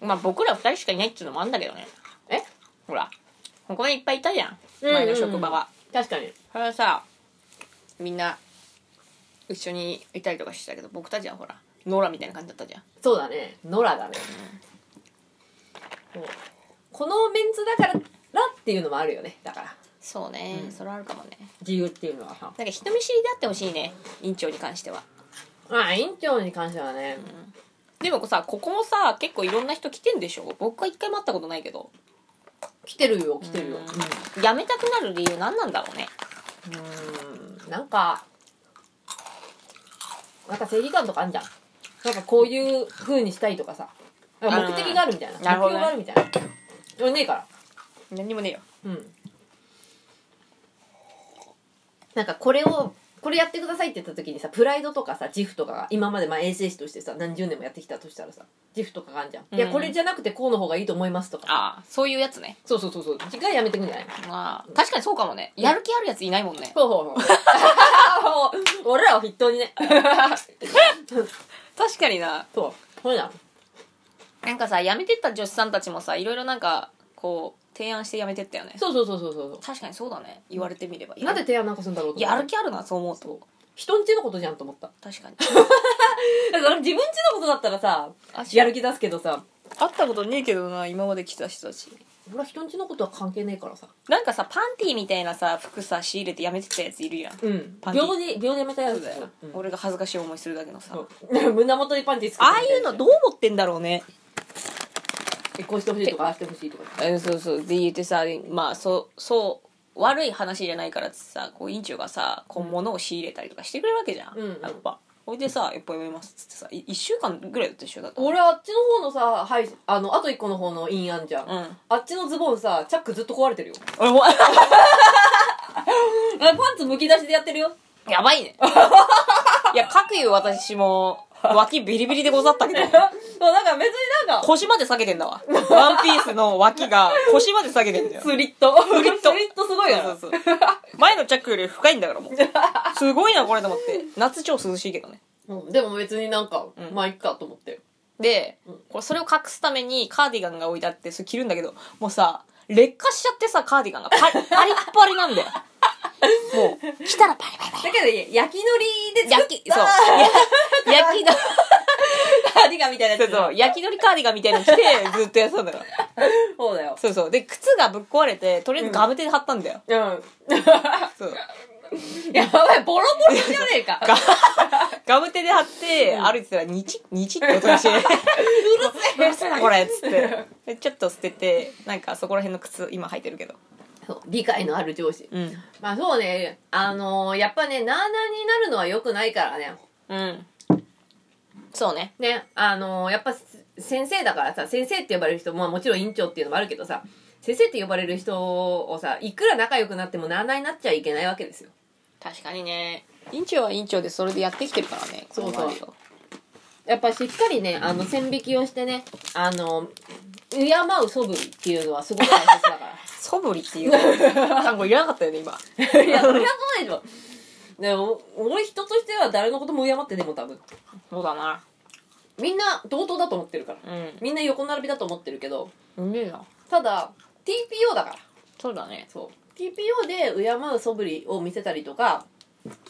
[SPEAKER 2] まあ僕ら二人しかいないっていうのもあんだけどね
[SPEAKER 1] え
[SPEAKER 2] ほらここにいっぱいいたじゃん
[SPEAKER 1] うん
[SPEAKER 2] 前の職場は、
[SPEAKER 1] 確かに
[SPEAKER 2] それはさみんな一緒にいたりとかしてたけど僕たちはほらノラみたいな感じだったじゃん
[SPEAKER 1] そうだね野良だね、そうこのメンツだからっていうのもあるよねだから
[SPEAKER 2] そうね、
[SPEAKER 1] うん
[SPEAKER 2] それはあるかもね
[SPEAKER 1] 自由っていうのはさ
[SPEAKER 2] なんか人見知りであってほしいね院長に関しては
[SPEAKER 1] まあ院長に関してはね、
[SPEAKER 2] でもさここもさ結構いろんな人来てんでしょ僕は一回も会ったことないけど
[SPEAKER 1] 来てるよ来てるよ
[SPEAKER 2] うん辞めたくなる理由何なんだろうね
[SPEAKER 1] うんうんなんかなんか正義感とかあんじゃんなんかこういう風にしたいとかさなんか目的があるみたいな
[SPEAKER 2] うんなる
[SPEAKER 1] 目
[SPEAKER 2] ほどね
[SPEAKER 1] 標があるみたいな俺ねえから
[SPEAKER 2] 何にもねえよ
[SPEAKER 1] うんなんかこれをこれやってくださいって言った時にさプライドとかさ自負とかが今までまあ衛生士としてさ何十年もやってきたとしたらさ自負とかがあんじゃん、いや
[SPEAKER 2] うん
[SPEAKER 1] これじゃなくてこうの方がいいと思いますとか
[SPEAKER 2] ああそういうやつね
[SPEAKER 1] そうそうそうそう時間やめてくんじゃない
[SPEAKER 2] まあ確かにそうかもねやる気あるやついないもんね
[SPEAKER 1] そう そうそう俺らを筆頭にね
[SPEAKER 2] 確かにな
[SPEAKER 1] そうそうじゃん
[SPEAKER 2] なんかさ辞めてった女子さんたちもさいろいろなんかこう提案して辞めてったよね
[SPEAKER 1] そうそうそうそうそうそ
[SPEAKER 2] 確かにそうだね言われてみれば
[SPEAKER 1] うなんで提案なんかするんだろうと思った
[SPEAKER 2] やる気あるなそう思うと
[SPEAKER 1] 人んちのことじゃんと思 った
[SPEAKER 2] 確 かに
[SPEAKER 1] だから自分んちのことだったらさ
[SPEAKER 2] あ
[SPEAKER 1] やる気出すけどさ
[SPEAKER 2] 会ったことねえけどな今まで来た人たち
[SPEAKER 1] 俺は人んちのことは関係ねえからさ
[SPEAKER 2] なんかさパンティーみたいなさ服さ仕入れてやめてたやついるやん
[SPEAKER 1] うん
[SPEAKER 2] パンティ
[SPEAKER 1] 秒で秒でやめたやつだよ、うん
[SPEAKER 2] 俺が恥ずかしい思いするだけのさ
[SPEAKER 1] そう 胸元にパンティつけて
[SPEAKER 2] ああいうのど
[SPEAKER 1] う
[SPEAKER 2] う思ってんだろうね
[SPEAKER 1] 結婚してほしいとかああしてほしいとか
[SPEAKER 2] えそうそうで言ってさまあそうそう悪い話じゃないからってさこう院長がさこう物を仕入れたりとかしてくれるわけじゃん、
[SPEAKER 1] うんうん
[SPEAKER 2] やっぱほいでさ「やっぱやめます」っつってさ1週間ぐらいだったでしょだって
[SPEAKER 1] 俺あっちの方のさはいあのあと一個の方のインアンじゃん、
[SPEAKER 2] うん
[SPEAKER 1] あっちのズボンさチャックずっと壊れてるよ
[SPEAKER 2] 俺 も
[SPEAKER 1] あパンツむき出しでやってるよ
[SPEAKER 2] やばいねいやかくいう私も脇ビリビリでござったけど
[SPEAKER 1] そうなんか別になんか
[SPEAKER 2] 腰まで下げてんだわワンピースの脇が腰まで下げてんだよ
[SPEAKER 1] スリットスリットすごいよな
[SPEAKER 2] そうそうそう 前のチャックより深いんだからもう すごいなこれと思って夏超涼しいけどね
[SPEAKER 1] うんでも別になんか、
[SPEAKER 2] うん
[SPEAKER 1] まあいっかと思って
[SPEAKER 2] で
[SPEAKER 1] うん
[SPEAKER 2] これそれを隠すためにカーディガンが置いてあってそれ着るんだけどもうさ劣化しちゃってさカーディガンがパリパリッパリ なんだよもう着たらパリパリパ
[SPEAKER 1] だけど焼きのり
[SPEAKER 2] リ
[SPEAKER 1] で
[SPEAKER 2] 焼 きそういや焼きの
[SPEAKER 1] カーディガンみたいなや
[SPEAKER 2] そう
[SPEAKER 1] つ
[SPEAKER 2] そう焼き鳥カーディガンみたいなの着てずっとやってたんだよ
[SPEAKER 1] そうだよ
[SPEAKER 2] そうそうで靴がぶっ壊れてとりあえずガムテで貼ったんだよ、
[SPEAKER 1] うん
[SPEAKER 2] そう
[SPEAKER 1] やばいボロボロじゃねえかうる
[SPEAKER 2] ガムテで貼って
[SPEAKER 1] うん
[SPEAKER 2] 歩いてたらニチッニチッって音が して
[SPEAKER 1] せえ
[SPEAKER 2] 「なんだこれ」っつってでちょっと捨ててなんかそこら辺の靴今履いてるけど
[SPEAKER 1] そう理解のある上司
[SPEAKER 2] うん
[SPEAKER 1] まあそうねあのーやっぱねなあなあになるのは良くないからね
[SPEAKER 2] うんそうね
[SPEAKER 1] ねあのーやっぱす先生だからさ先生って呼ばれる人まあもちろん院長っていうのもあるけどさ先生って呼ばれる人をさいくら仲良くなってもなあなあになっちゃいけないわけですよ
[SPEAKER 2] 確かにね院長は院長でそれでやってきてるからね
[SPEAKER 1] そうそう
[SPEAKER 2] この周りを
[SPEAKER 1] やっぱしっかりねあの線引きをしてねあの敬う素振りっていうのはすごく大切だから
[SPEAKER 2] そぶりって いう単語いらなかったよね今
[SPEAKER 1] いや、そりゃそうでしょ。ね、お俺人としては誰のことも敬ってでも多分。
[SPEAKER 2] そうだな
[SPEAKER 1] みんな同等だと思ってるから。
[SPEAKER 2] う
[SPEAKER 1] みんな横並びだと思ってるけど、
[SPEAKER 2] んうめえな
[SPEAKER 1] ただ、TPO だから。
[SPEAKER 2] そうだね
[SPEAKER 1] そう。TPO で敬う素振りを見せたりとか、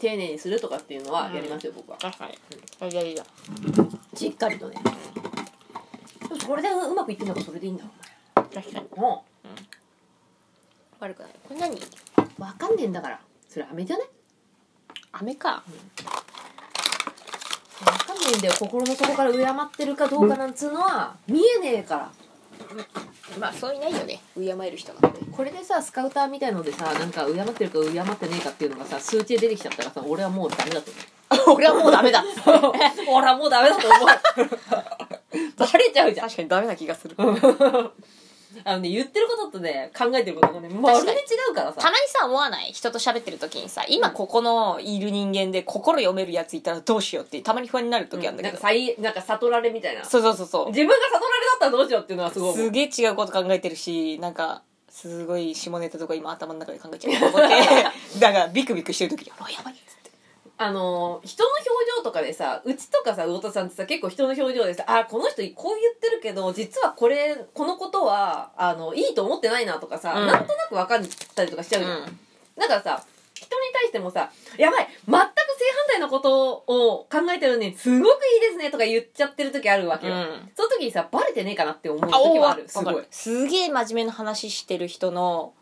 [SPEAKER 1] 丁寧にするとかっていうのはやりますよ、僕は。
[SPEAKER 2] 確かにあいやいや
[SPEAKER 1] しっかりとね。でもそれでうまくいってんだからそれでいいんだろ
[SPEAKER 2] 確かに
[SPEAKER 1] う。も
[SPEAKER 2] 悪くないこれ何
[SPEAKER 1] う、わかんねえんだから。それ飴じゃね
[SPEAKER 2] 飴か
[SPEAKER 1] わかんねえんだよ。心の底から敬ってるかどうかなんつうのは、見えねえから。
[SPEAKER 2] まあそういないよね敬える人なんて
[SPEAKER 1] これでさスカウターみたいのでさなんか敬ってるか敬ってねえかっていうのがさ数値で出てきちゃったらさ俺はもうダメだと
[SPEAKER 2] 俺はもうダメだ
[SPEAKER 1] 思う 俺はもうダメだと 思うバレちゃうじゃん
[SPEAKER 2] 確かにダメな気がす る
[SPEAKER 1] あのね言ってることとね考えてることがねまるで違うから
[SPEAKER 2] た
[SPEAKER 1] さ
[SPEAKER 2] まにさ思わない人と喋ってる時にさ今ここのいる人間で心読めるやついたらどうしようってたまに不安になる時あるんだけ
[SPEAKER 1] なん
[SPEAKER 2] ど、
[SPEAKER 1] かさいなんか悟られみたいな自
[SPEAKER 2] そうそうそうそ
[SPEAKER 1] 分が悟られだったらどうしようっていうのはすご
[SPEAKER 2] う
[SPEAKER 1] い思
[SPEAKER 2] す
[SPEAKER 1] う
[SPEAKER 2] げえ違うこと考えてるしなんかすごい下ネタとか今頭の中で考えちゃうと思 ってだからビクビクしてる時に「あやばい」っつって
[SPEAKER 1] あのー人の表情とかでさうちとかさ魚田さんってさ結構人の表情でさあーこの人こう言ってるけど実はこれこのことはあのいいと思ってないなとかさ、
[SPEAKER 2] うん
[SPEAKER 1] なんとなく分かったりとかしちゃうじゃん
[SPEAKER 2] う
[SPEAKER 1] だからさ、人に対してもさ、やばい全く正反対のことを考えてるのに、すごくいいですねとか言っちゃってる時あるわけよ。
[SPEAKER 2] ん
[SPEAKER 1] その時にさ、バレてねえかなって思う
[SPEAKER 2] あ
[SPEAKER 1] 時
[SPEAKER 2] お
[SPEAKER 1] もあ
[SPEAKER 2] わ
[SPEAKER 1] る。す
[SPEAKER 2] か
[SPEAKER 1] ごい
[SPEAKER 2] る。すげえ真面目な話してる人の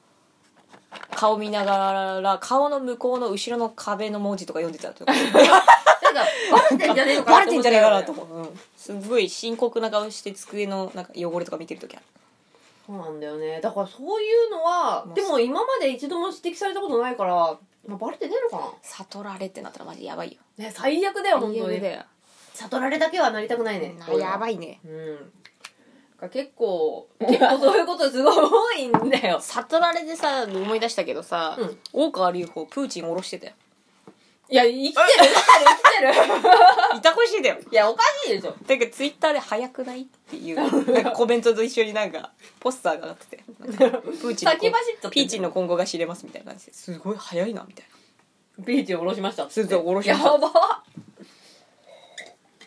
[SPEAKER 2] 顔見ながら顔の向こうの後ろの壁の文字とか読んでたとか
[SPEAKER 1] なんか、バレてんじゃねえの か
[SPEAKER 2] バレてんじゃねえかなと
[SPEAKER 1] 思っ
[SPEAKER 2] 思う、うん、すごい深刻な顔して机のなんか汚れとか見てる時ある
[SPEAKER 1] そうなんだよね。だからそういうのは
[SPEAKER 2] まあ、
[SPEAKER 1] でも今まで一度も指摘されたことないから、まあ、バレてねえのか
[SPEAKER 2] 悟られってなったらマジやばいよ
[SPEAKER 1] な。ね、最悪だよ、本当
[SPEAKER 2] 最悪
[SPEAKER 1] に。
[SPEAKER 2] だよ
[SPEAKER 1] 悟られだけはなりたくないね。
[SPEAKER 2] なやばいね
[SPEAKER 1] うん。だから結構、結構そういうことすごい多いんだよ。
[SPEAKER 2] 悟られでさ思い出したけどさ、
[SPEAKER 1] うん
[SPEAKER 2] 大川隆法プーチン下ろしてたよ
[SPEAKER 1] いや、生きてる、生きてる、生きてる。
[SPEAKER 2] いたこしてたよ
[SPEAKER 1] いや、おかしいでしょ。
[SPEAKER 2] だけどツイッターで「早くない?」って いうなんかコメントと一緒になんかポスターが上がっててなんかプーチンの
[SPEAKER 1] 先走っちゃってんだ
[SPEAKER 2] ピーチンの今後が知れますみたいな感じですごい早いなみたいな
[SPEAKER 1] ビーチを下ろしましたって
[SPEAKER 2] すずを下ろしました
[SPEAKER 1] やば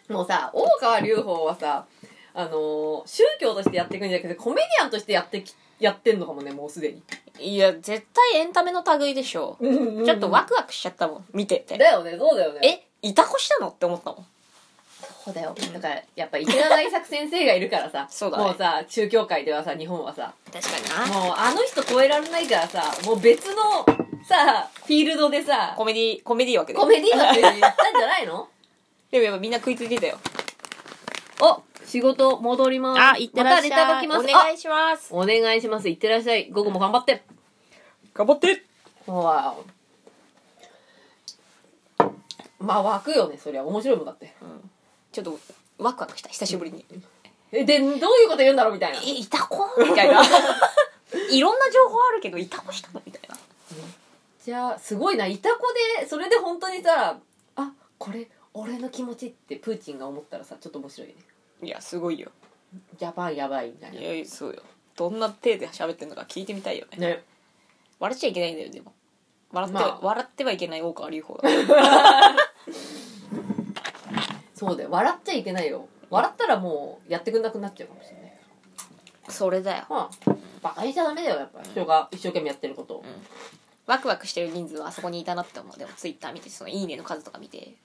[SPEAKER 1] もうさ大川隆法はさあのー宗教としてやっていくんじゃなくてコメディアンとしてやってきやってんのかもねもうすでに
[SPEAKER 2] いや絶対エンタメの類でしょ、ちょっとワクワクしちゃったもん見てて
[SPEAKER 1] だよねそうだよね
[SPEAKER 2] えいたこしたのって思ったもん
[SPEAKER 1] そうだよだからやっぱ池田大作先生がいるからさ
[SPEAKER 2] そうだね
[SPEAKER 1] もうさ中教会ではさ日本はさ
[SPEAKER 2] 確かにな
[SPEAKER 1] もうあの人超えられないからさもう別のさフィールドでさ
[SPEAKER 2] コメディコメディ枠で
[SPEAKER 1] コメディーって言ったんじゃないの
[SPEAKER 2] でもやっぱみんな食いついてたよ
[SPEAKER 1] お仕事戻ります
[SPEAKER 2] あ行ってらっしゃい
[SPEAKER 1] またレターが来ます
[SPEAKER 2] お願いします
[SPEAKER 1] あお願いしますいってらっしゃい午後も頑張って
[SPEAKER 2] 頑張って
[SPEAKER 1] ほらまあ湧くよねそりゃ面白いもんだって
[SPEAKER 2] ちょっとワクワクした久しぶりに
[SPEAKER 1] えでどういうこと言うんだろうみたいな
[SPEAKER 2] えいた子みたいな いろんな情報あるけどいた子したのみたいな
[SPEAKER 1] じゃあすごいないたこでそれで本当にさあこれ俺の気持ちってプーチンが思ったらさちょっと面白いね
[SPEAKER 2] いやすごいよ
[SPEAKER 1] やばいやばいみたい
[SPEAKER 2] いやそうよどんな手で喋ってるのか聞いてみたいよね
[SPEAKER 1] なね
[SPEAKER 2] 笑っちゃいけないんだよでも笑って,、
[SPEAKER 1] まあ
[SPEAKER 2] 笑ってはいけない大川隆法だ
[SPEAKER 1] そうだよ笑っちゃいけないよ笑ったらもうやってくんなくなっちゃうかもしれない
[SPEAKER 2] それだよ
[SPEAKER 1] まあバカにしちゃダメだよやっぱ人が一生懸命やってることを
[SPEAKER 2] ワクワクしてる人数はあそこにいたなって思うでもツイッター見てその「いいね」の数とか見てい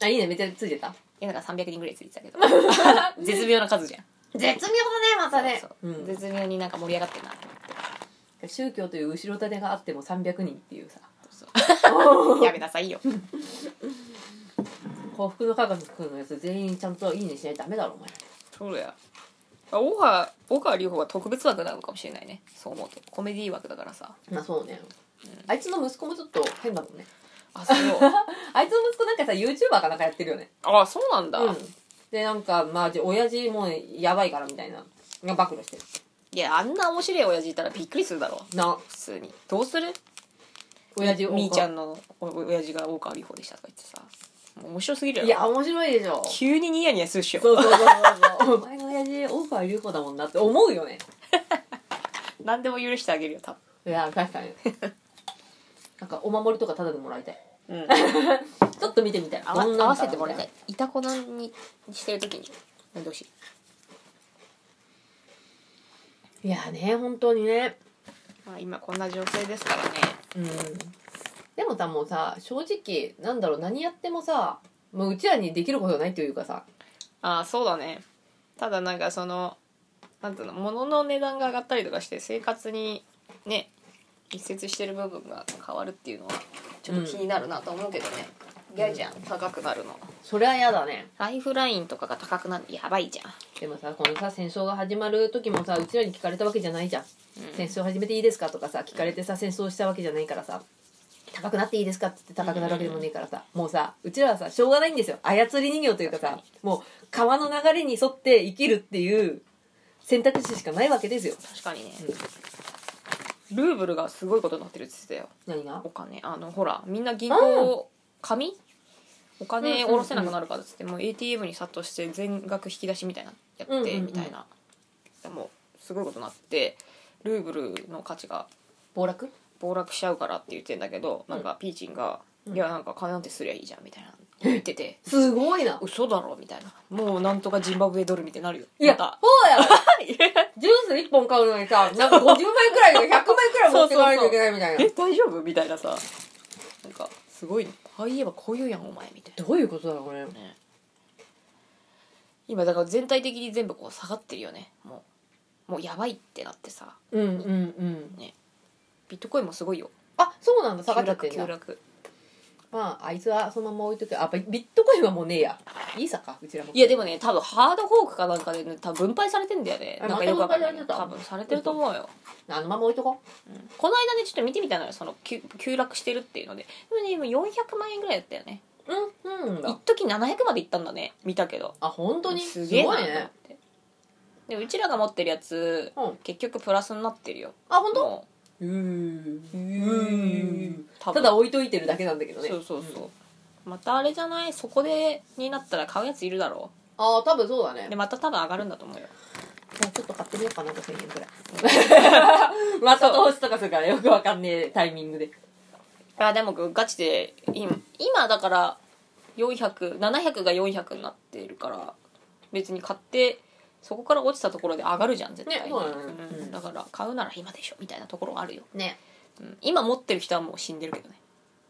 [SPEAKER 1] あいいねめっちゃついてた
[SPEAKER 2] やなんか300人ぐらいついてたけど 絶妙な数じゃん
[SPEAKER 1] 絶妙だねま
[SPEAKER 2] そう
[SPEAKER 1] う
[SPEAKER 2] そうん絶妙になんか盛り上がってるなって思 って
[SPEAKER 1] 宗教という後ろ盾があっても300人っていうさ
[SPEAKER 2] やめなさいよ
[SPEAKER 1] 幸福の科学くんのやつ全員ちゃんといいねしないとダメだろお前
[SPEAKER 2] そうだよ大川大川隆法は特別枠なのかもしれないねそう思うとコメディ枠だからさ
[SPEAKER 1] まあそうね、あいつの息子もちょっと変だもんね
[SPEAKER 2] あそう
[SPEAKER 1] あいつの息子なんかさ YouTuber かなんかやってるよね
[SPEAKER 2] あそうなんだ、
[SPEAKER 1] うんでなんかまあじ親父もうやばいからみたいなが暴露してる
[SPEAKER 2] いやあんな面白い親父いたらびっくりするだろ
[SPEAKER 1] な
[SPEAKER 2] 普通にどうする
[SPEAKER 1] 親父
[SPEAKER 2] みーちゃ
[SPEAKER 1] ん
[SPEAKER 2] んのお親父が大川美穂でしたとか言ってさもう面白すぎるや
[SPEAKER 1] い
[SPEAKER 2] ろ
[SPEAKER 1] や面白いでしょ
[SPEAKER 2] 急にニヤニヤするっしょ
[SPEAKER 1] そうそうそうそうそう お前の親父大川隆法だもんなって思うよね
[SPEAKER 2] 何でも許してあげるよ多
[SPEAKER 1] いや確かに なんかお守りとかタダでもらいたい
[SPEAKER 2] 分、うん、
[SPEAKER 1] ちょっと見てみたい
[SPEAKER 2] 合わ
[SPEAKER 1] どん
[SPEAKER 2] 合
[SPEAKER 1] な
[SPEAKER 2] わ
[SPEAKER 1] んだ
[SPEAKER 2] せ
[SPEAKER 1] ろう
[SPEAKER 2] てもらいたいいたこなにしてる時に運動しい
[SPEAKER 1] いやね本当にね
[SPEAKER 2] まあ今こんな情勢ですからね
[SPEAKER 1] うんでもさもうさ正直なんだろう何やってもさもううちらにできることがないというかさ
[SPEAKER 2] ああそうだねただなんかそのなんていうの物の値段が上がったりとかして生活にね一節してる部分が変わるっていうのはちょっと気になるなと思うけどね、嫌じゃん高くなるの
[SPEAKER 1] そりゃ嫌だね
[SPEAKER 2] ライフラインとかが高くなるのやばいじゃん、
[SPEAKER 1] でもさこのさ戦争が始まる時もさうちらに聞かれたわけじゃないじゃん、
[SPEAKER 2] うん
[SPEAKER 1] 戦争始めていいですかとかさ聞かれてさ戦争したわけじゃないからさ高くなっていいですかって言って高くなるわけでもねえからさ、もうさうちらはさしょうがないんですよ操り人形というかさ
[SPEAKER 2] 確か
[SPEAKER 1] もう川の流れに沿って生きるっていう選択肢しかないわけですよ
[SPEAKER 2] 確かにね、ルーブルがすごいことになってるって言ってたよ
[SPEAKER 1] 何が
[SPEAKER 2] お金あのほらみんな銀行紙お金下ろせなくなるからっつって、もう ATM に殺到して全額引き出しみたいなや
[SPEAKER 1] う
[SPEAKER 2] っ
[SPEAKER 1] んうんう
[SPEAKER 2] て
[SPEAKER 1] ん
[SPEAKER 2] みたいな、でもすごいことになってルーブルの価値が
[SPEAKER 1] 暴落
[SPEAKER 2] 暴落しちゃうからって言ってんだけど、なんかピーチンが「
[SPEAKER 1] うん
[SPEAKER 2] いやなんか金なんてすりゃいいじゃん」みたいな言ってて
[SPEAKER 1] すごいな
[SPEAKER 2] 「嘘だろ」みたいなもうなんとかジンバブエドルみたいになるよ
[SPEAKER 1] いや、
[SPEAKER 2] ま
[SPEAKER 1] そ
[SPEAKER 2] た
[SPEAKER 1] う やろジュース1本買うのにさ、なんか50枚くらい、100枚くらい持ってかないといけないみたいな。
[SPEAKER 2] え大丈夫みたいなさなんかすごいねああ言えばこういうやんお前みたいな
[SPEAKER 1] どういうことだこれ。
[SPEAKER 2] ね今だから全体的に全部こう下がってるよねもうもうやばいってなってさ
[SPEAKER 1] うんうんうん。
[SPEAKER 2] ビットコインもすごいよ
[SPEAKER 1] あ、そうなんだ、下がっちゃってん
[SPEAKER 2] 急落
[SPEAKER 1] だ。
[SPEAKER 2] 急落
[SPEAKER 1] まあ、あいつはそのまま置いとけ。あ、ビビットコインはもうねえや。いいさか、うちらも。
[SPEAKER 2] いやでもね多分ハードフォークかなんかで、ね、多分分配されてんだよね
[SPEAKER 1] あ
[SPEAKER 2] なんかよくわかんないけど
[SPEAKER 1] また
[SPEAKER 2] 多
[SPEAKER 1] 分
[SPEAKER 2] 分されてると思うよ、
[SPEAKER 1] あのまま置いとこう。
[SPEAKER 2] うんこの間ねちょっと見てみたのよその急急落してるっていうのででもね今400万円ぐらいだったよね
[SPEAKER 1] うん、うん
[SPEAKER 2] 一
[SPEAKER 1] だ。
[SPEAKER 2] 時700までいったんだね見たけど
[SPEAKER 1] あ、本当に
[SPEAKER 2] す
[SPEAKER 1] す
[SPEAKER 2] げえ
[SPEAKER 1] ご
[SPEAKER 2] ないと思っ
[SPEAKER 1] ね。
[SPEAKER 2] てでうちらが持ってるやつ
[SPEAKER 1] うん。
[SPEAKER 2] 結局プラスになってるよ
[SPEAKER 1] あ、本当
[SPEAKER 2] も
[SPEAKER 1] うーん。う
[SPEAKER 2] ー
[SPEAKER 1] ー。
[SPEAKER 2] うん多
[SPEAKER 1] た
[SPEAKER 2] 分
[SPEAKER 1] だ置いといてるだけなんだけどね。
[SPEAKER 2] そうそうそう、またあれじゃないそこでになったら買うやついるだろ
[SPEAKER 1] あー、多分そうだ
[SPEAKER 2] う
[SPEAKER 1] ね
[SPEAKER 2] で。また多分上がるんだと思うよ
[SPEAKER 1] じゃあちょっと買ってみようかな、5000円くらい。 また投資とかするからよくわかんねえタイミングで。
[SPEAKER 2] あでもガチで今今だから400700が400になってるから別に買ってそこから落ちたところで上がるじゃん絶対に、
[SPEAKER 1] ねそうだね
[SPEAKER 2] うん
[SPEAKER 1] うん
[SPEAKER 2] だから買うなら今でしょみたいなところはあるよ、
[SPEAKER 1] ね。
[SPEAKER 2] うん今持ってる人はもう死んでるけどね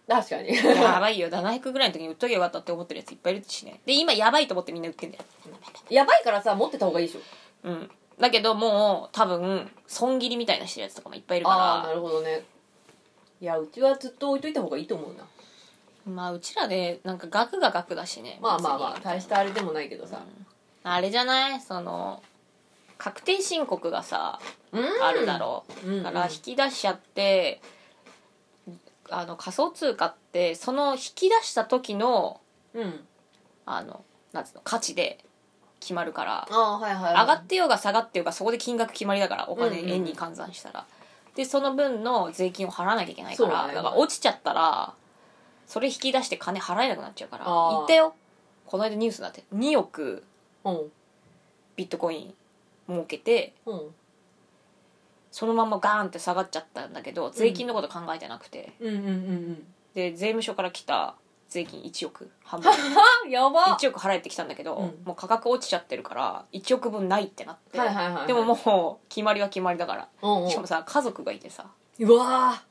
[SPEAKER 1] 確かに
[SPEAKER 2] やばいよ700ぐらいの時に売っときゃよかったって思ってるやついっぱいいるしねで今やばいと思ってみんな売ってんだよ
[SPEAKER 1] やばいからさ持ってた方がいいでしょ
[SPEAKER 2] うんだけどもう多分損切りみたいなしてるやつとかもいっぱいいる
[SPEAKER 1] ああ
[SPEAKER 2] か
[SPEAKER 1] なるほどねいやうちはずっと置いといた方がいいと思うな
[SPEAKER 2] らまあうちらでなんか額が額だしね
[SPEAKER 1] まあまあまあ
[SPEAKER 2] 別に
[SPEAKER 1] 大したあれでもないけどさ
[SPEAKER 2] あれじゃないその確定申告がさ
[SPEAKER 1] うん
[SPEAKER 2] あるだろ
[SPEAKER 1] うん、
[SPEAKER 2] うだから引き出しちゃってあの仮想通貨ってその引き出した時の
[SPEAKER 1] うん
[SPEAKER 2] あのなんつうの価値で決まるから
[SPEAKER 1] ああはいはい、
[SPEAKER 2] 上がってようが下がってようがそこで金額決まりだからお金
[SPEAKER 1] うんうん
[SPEAKER 2] 円に換算したら、でその分の税金を払わなきゃいけないから
[SPEAKER 1] そう
[SPEAKER 2] だ,、
[SPEAKER 1] だね
[SPEAKER 2] から落ちちゃったらそれ引き出して金払えなくなっちゃうから
[SPEAKER 1] あー
[SPEAKER 2] 言ったよこの間ニュースになって2億
[SPEAKER 1] うん
[SPEAKER 2] ビットコイン儲けて
[SPEAKER 1] うん
[SPEAKER 2] そのままガーンって下がっちゃったんだけど税金のこと考えてなくて、
[SPEAKER 1] うんうんうん
[SPEAKER 2] で税務署から来た税金1億半 分
[SPEAKER 1] うんやば
[SPEAKER 2] 1億払えてきたんだけど、
[SPEAKER 1] うん
[SPEAKER 2] もう価格落ちちゃってるから1億分ないってなって、
[SPEAKER 1] はいはいはい
[SPEAKER 2] でももう決まりは決まりだから
[SPEAKER 1] うんうん
[SPEAKER 2] しかもさ家族がいてさ
[SPEAKER 1] うわ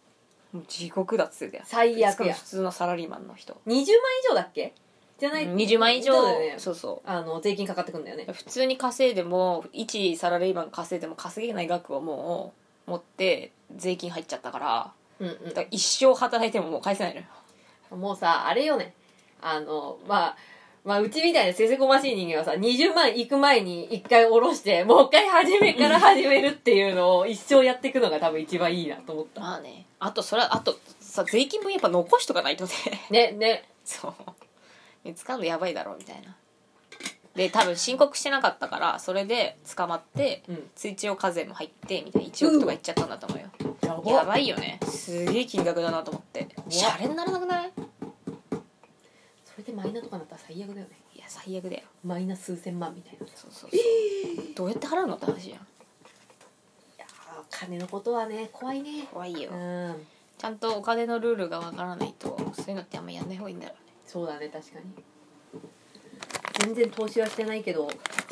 [SPEAKER 2] もう地獄だっつってたよ
[SPEAKER 1] 最
[SPEAKER 2] しか
[SPEAKER 1] 悪
[SPEAKER 2] も
[SPEAKER 1] や
[SPEAKER 2] 普通のサラリーマンの人
[SPEAKER 1] 20万以上だっけじゃない
[SPEAKER 2] 20万以上
[SPEAKER 1] そうだよね
[SPEAKER 2] そうそ
[SPEAKER 1] あの税金かかってくんだよね
[SPEAKER 2] う普通に稼いでも一サラリーマン稼いでも稼げない額をもう持って税金入っちゃったから
[SPEAKER 1] うんうん
[SPEAKER 2] だから一生働いてももう返せないのよ
[SPEAKER 1] もうさあれよねあのまあまあ、うちみたいなせせこましい人間はさ、20万行く前に一回下ろして、もう一回初めから始めるっていうのを一生やっていくのが多分一番いいなと思った。
[SPEAKER 2] まあねあとそれはあとさ税金分やっぱ残しとかないとね
[SPEAKER 1] ね、ね。
[SPEAKER 2] そう見つかんのやばいだろうみたいなで多分申告してなかったからそれで捕まって
[SPEAKER 1] うん。
[SPEAKER 2] 追徴課税も入ってみたいな1億とかいっちゃったんだと思うよ
[SPEAKER 1] やば
[SPEAKER 2] やばいよねすげえ金額だなと思ってシャレにならなくない
[SPEAKER 1] それでマイナとかなったら最悪だよね。
[SPEAKER 2] いや最悪だよ
[SPEAKER 1] マイナ数千万みたいな。い
[SPEAKER 2] そうそうそう、どうやって払うのって話じゃん
[SPEAKER 1] やー金のことはね、怖いね。
[SPEAKER 2] 怖いよ
[SPEAKER 1] うん。
[SPEAKER 2] ちゃんとお金のルールがわからないとそういうのってあんまやんない方がいいんだろうね
[SPEAKER 1] そうだね、確かに。全然投資はしてないけど、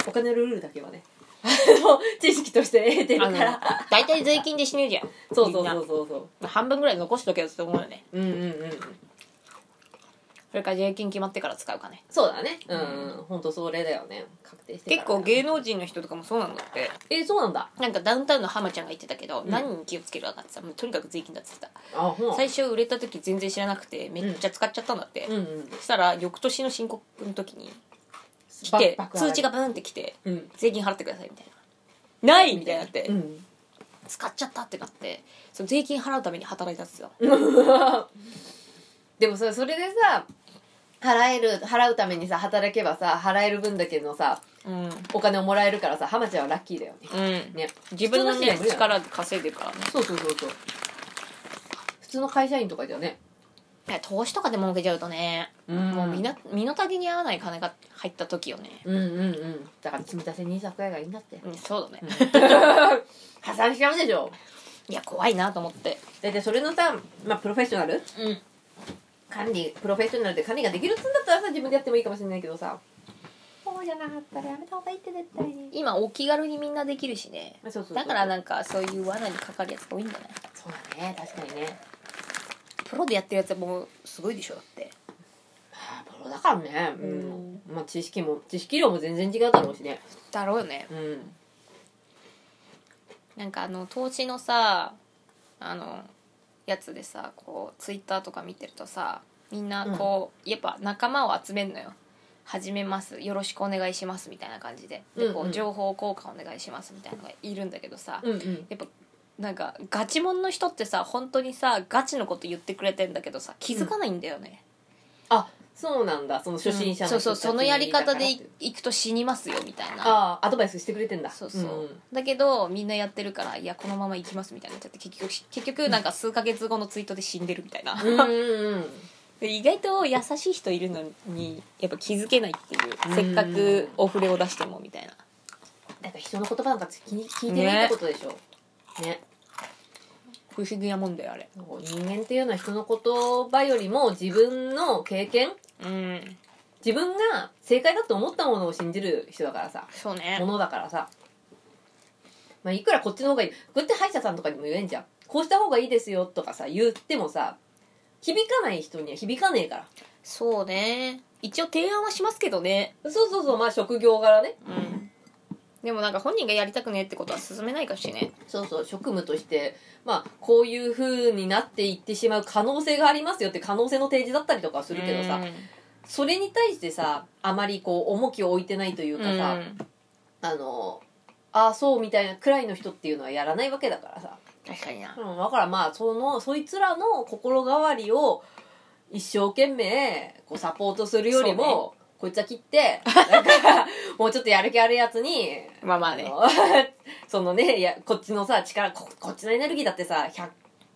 [SPEAKER 1] お金のルールだけはね、 あの知識として得てる
[SPEAKER 2] あ
[SPEAKER 1] か
[SPEAKER 2] の
[SPEAKER 1] ら。
[SPEAKER 2] 大体税金で死ぬじゃん
[SPEAKER 1] そうそうそうそうそう。
[SPEAKER 2] 半分ぐらい残しとけよって思うよね
[SPEAKER 1] うんうんうん
[SPEAKER 2] それから税金決まってから使うかね
[SPEAKER 1] そうだねうん、うん、ほんとそれだよね確定して
[SPEAKER 2] 結
[SPEAKER 1] から
[SPEAKER 2] 構芸能人の人とかもそうなんだって
[SPEAKER 1] えそうなんだ
[SPEAKER 2] なんかダウンタウンの浜ちゃんが言ってたけど、
[SPEAKER 1] うん
[SPEAKER 2] 何に気をつけるかってさもうとにかく税金だって言って
[SPEAKER 1] あほ
[SPEAKER 2] た
[SPEAKER 1] 最
[SPEAKER 2] 最初売れた時全然知らなくてめっちゃ使っちゃったんだって、
[SPEAKER 1] うんうん
[SPEAKER 2] そしたら翌年の申告の時に来
[SPEAKER 1] ば
[SPEAKER 2] て
[SPEAKER 1] 爆上が
[SPEAKER 2] 通
[SPEAKER 1] り
[SPEAKER 2] 知がブーンって来て
[SPEAKER 1] うん
[SPEAKER 2] 税金払ってくださいみたいなないみたいになって、
[SPEAKER 1] うん
[SPEAKER 2] 使っちゃったってなってその税金払うために働いたっすよ、
[SPEAKER 1] でもさそれでさ払える払うためにさ働けばさ払える分だけのさ
[SPEAKER 2] うん
[SPEAKER 1] お金をもらえるからさハマちゃんはラッキーだよねね
[SPEAKER 2] 自分の
[SPEAKER 1] 普通の人は
[SPEAKER 2] ね
[SPEAKER 1] 無理だ
[SPEAKER 2] 力で稼いでるからね
[SPEAKER 1] そうそうそうそう普通の会社員とかじゃね
[SPEAKER 2] いや投資とかで儲けちゃうとね、
[SPEAKER 1] うん
[SPEAKER 2] もう身の身の丈に合わない金が入った時よね、
[SPEAKER 1] うんうんうんだから積み立て2作やがいいん だって
[SPEAKER 2] うん、そうだね、
[SPEAKER 1] 破産しちゃうでしょ
[SPEAKER 2] いや怖いなと思って
[SPEAKER 1] だってそれのさ、まあ、プロフェッショナル
[SPEAKER 2] うん
[SPEAKER 1] 管理プロフェッショナルで管理ができるっつうんだったらさ自分でやってもいいかもしれないけどさそうじゃなかったらやめた方がいいって絶対に
[SPEAKER 2] 今お気軽にみんなできるしね
[SPEAKER 1] そうそうそう
[SPEAKER 2] だからなんかそういう罠にかかるやつが多いんじゃない
[SPEAKER 1] そうだね確かにね
[SPEAKER 2] プロでやってるやつはもうすごいでしょだって
[SPEAKER 1] あプロだからねう、
[SPEAKER 2] うん
[SPEAKER 1] まあ、知識も知識量も全然違うだろうしね
[SPEAKER 2] だろうね
[SPEAKER 1] うん
[SPEAKER 2] なんかあの投資のさあのやつでさこうツイッターとか見てるとさみんなこう、やっぱ仲間を集めんのよ始めますよろしくお願いしますみたいな感じででこ
[SPEAKER 1] うんう
[SPEAKER 2] うん情報交換お願いしますみたいなのがいるんだけどさ、
[SPEAKER 1] うんうん
[SPEAKER 2] やっぱなんかガチモンの人ってさ本当にさガチのこと言ってくれてんだけどさ気づかないんだよね、
[SPEAKER 1] あそうなんだその初心者の
[SPEAKER 2] そ
[SPEAKER 1] 人
[SPEAKER 2] う
[SPEAKER 1] たち
[SPEAKER 2] そうそのやり方で
[SPEAKER 1] だからって
[SPEAKER 2] いいくと死にますよみたいな
[SPEAKER 1] ああアドバイスしてくれてんだ
[SPEAKER 2] そうそう、だけどみんなやってるからいやこのまま行きますみたいになっちゃって結局結局なんか数ヶ月後のツイートで死んでるみたい な、
[SPEAKER 1] うん、うんうんうん
[SPEAKER 2] で意外と優しい人いるのにやっぱ気づけないっていう、
[SPEAKER 1] うん
[SPEAKER 2] せっかくお触れを出してもみたいな
[SPEAKER 1] なんか人の言葉なんか聞き聞いてないってことでしょね
[SPEAKER 2] 不思議なもんだよあれ
[SPEAKER 1] そう人間っていうのは人の言葉よりも自分の経験
[SPEAKER 2] うん
[SPEAKER 1] 自分が正解だと思ったものを信じる人だからさ
[SPEAKER 2] そうね
[SPEAKER 1] ものだからさ、まあ、いくらこっちの方がいいこうやって歯医者さんとかにも言えんじゃんこうした方がいいですよとかさ言ってもさ響かない人には響かねえから
[SPEAKER 2] そうね一応提案はしますけどね
[SPEAKER 1] そうそうそうまあ職業柄ね
[SPEAKER 2] うんでもなんか本人がやりたくねえってことは進めないかしね
[SPEAKER 1] そうそう職務としてまあこういう風になっていってしまう可能性がありますよって可能性の提示だったりとかはするけどさ、それに対してさあまりこう重きを置いてないという
[SPEAKER 2] うん
[SPEAKER 1] かさ、
[SPEAKER 2] うん
[SPEAKER 1] あのああそうみたいなくらいの人っていうのはやらないわけだからさ、
[SPEAKER 2] 確かにな
[SPEAKER 1] うん、だからまあそのそいつらの心変わりを一生懸命こうサポートするよりも、こいつは切ってなんかもうちょっとやる気あるやつに
[SPEAKER 2] まあまあ
[SPEAKER 1] あ
[SPEAKER 2] ね
[SPEAKER 1] の そのねいやこっちのさ力ここっちのエネルギーだってさ100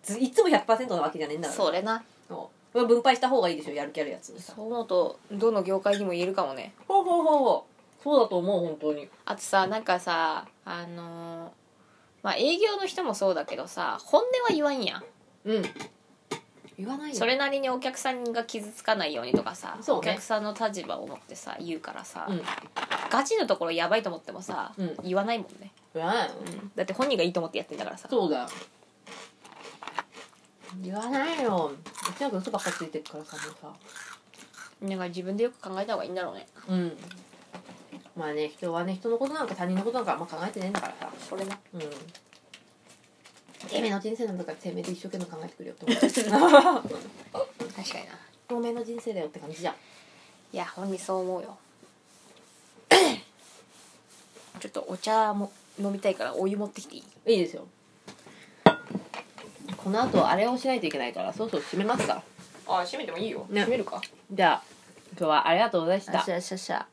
[SPEAKER 1] ずいつも100%なわけじゃねえんだから
[SPEAKER 2] それな
[SPEAKER 1] そう分配した方がいいでしょやる気あるやつにさ
[SPEAKER 2] そう思うとどの業界にも言えるかもね
[SPEAKER 1] ほうほうほうほうそうだと思う本当に
[SPEAKER 2] あとさなんかさあのーまあ営業の人もそうだけどさ本音は言わんやん
[SPEAKER 1] うん言わないよ
[SPEAKER 2] それなりにお客さんが傷つかないようにとかさ、
[SPEAKER 1] そう
[SPEAKER 2] お
[SPEAKER 1] ね
[SPEAKER 2] 客さんの立場を持ってさ言うからさ、
[SPEAKER 1] うん
[SPEAKER 2] ガチのところやばいと思ってもさ、
[SPEAKER 1] うん
[SPEAKER 2] 言わないもんね、
[SPEAKER 1] 言わないよ
[SPEAKER 2] だって本人がいいと思ってやってんだからさ
[SPEAKER 1] そうだよ言わないようちなんか嘘ばっかついてるからさもうさ
[SPEAKER 2] なんか自分でよく考えた方がいいんだろうね
[SPEAKER 1] うんまあね人はね人のことなんか他人のことなんかあんま考えてねえんだからさ
[SPEAKER 2] それな
[SPEAKER 1] うんてめえの人生なんだからてめえで一生懸命考えてくれよって思 う
[SPEAKER 2] 確かにな
[SPEAKER 1] おめえの人生だよって感じじゃん
[SPEAKER 2] いや本人そう思うよちょっとお茶も飲みたいからお湯持ってきていい
[SPEAKER 1] いいですよこの後あれをしないといけないからそろそろ閉めますか
[SPEAKER 2] あ閉めてもいいよ
[SPEAKER 1] 閉め
[SPEAKER 2] るか
[SPEAKER 1] じゃあ今日はありがとうございました
[SPEAKER 2] ゃしゃしゃ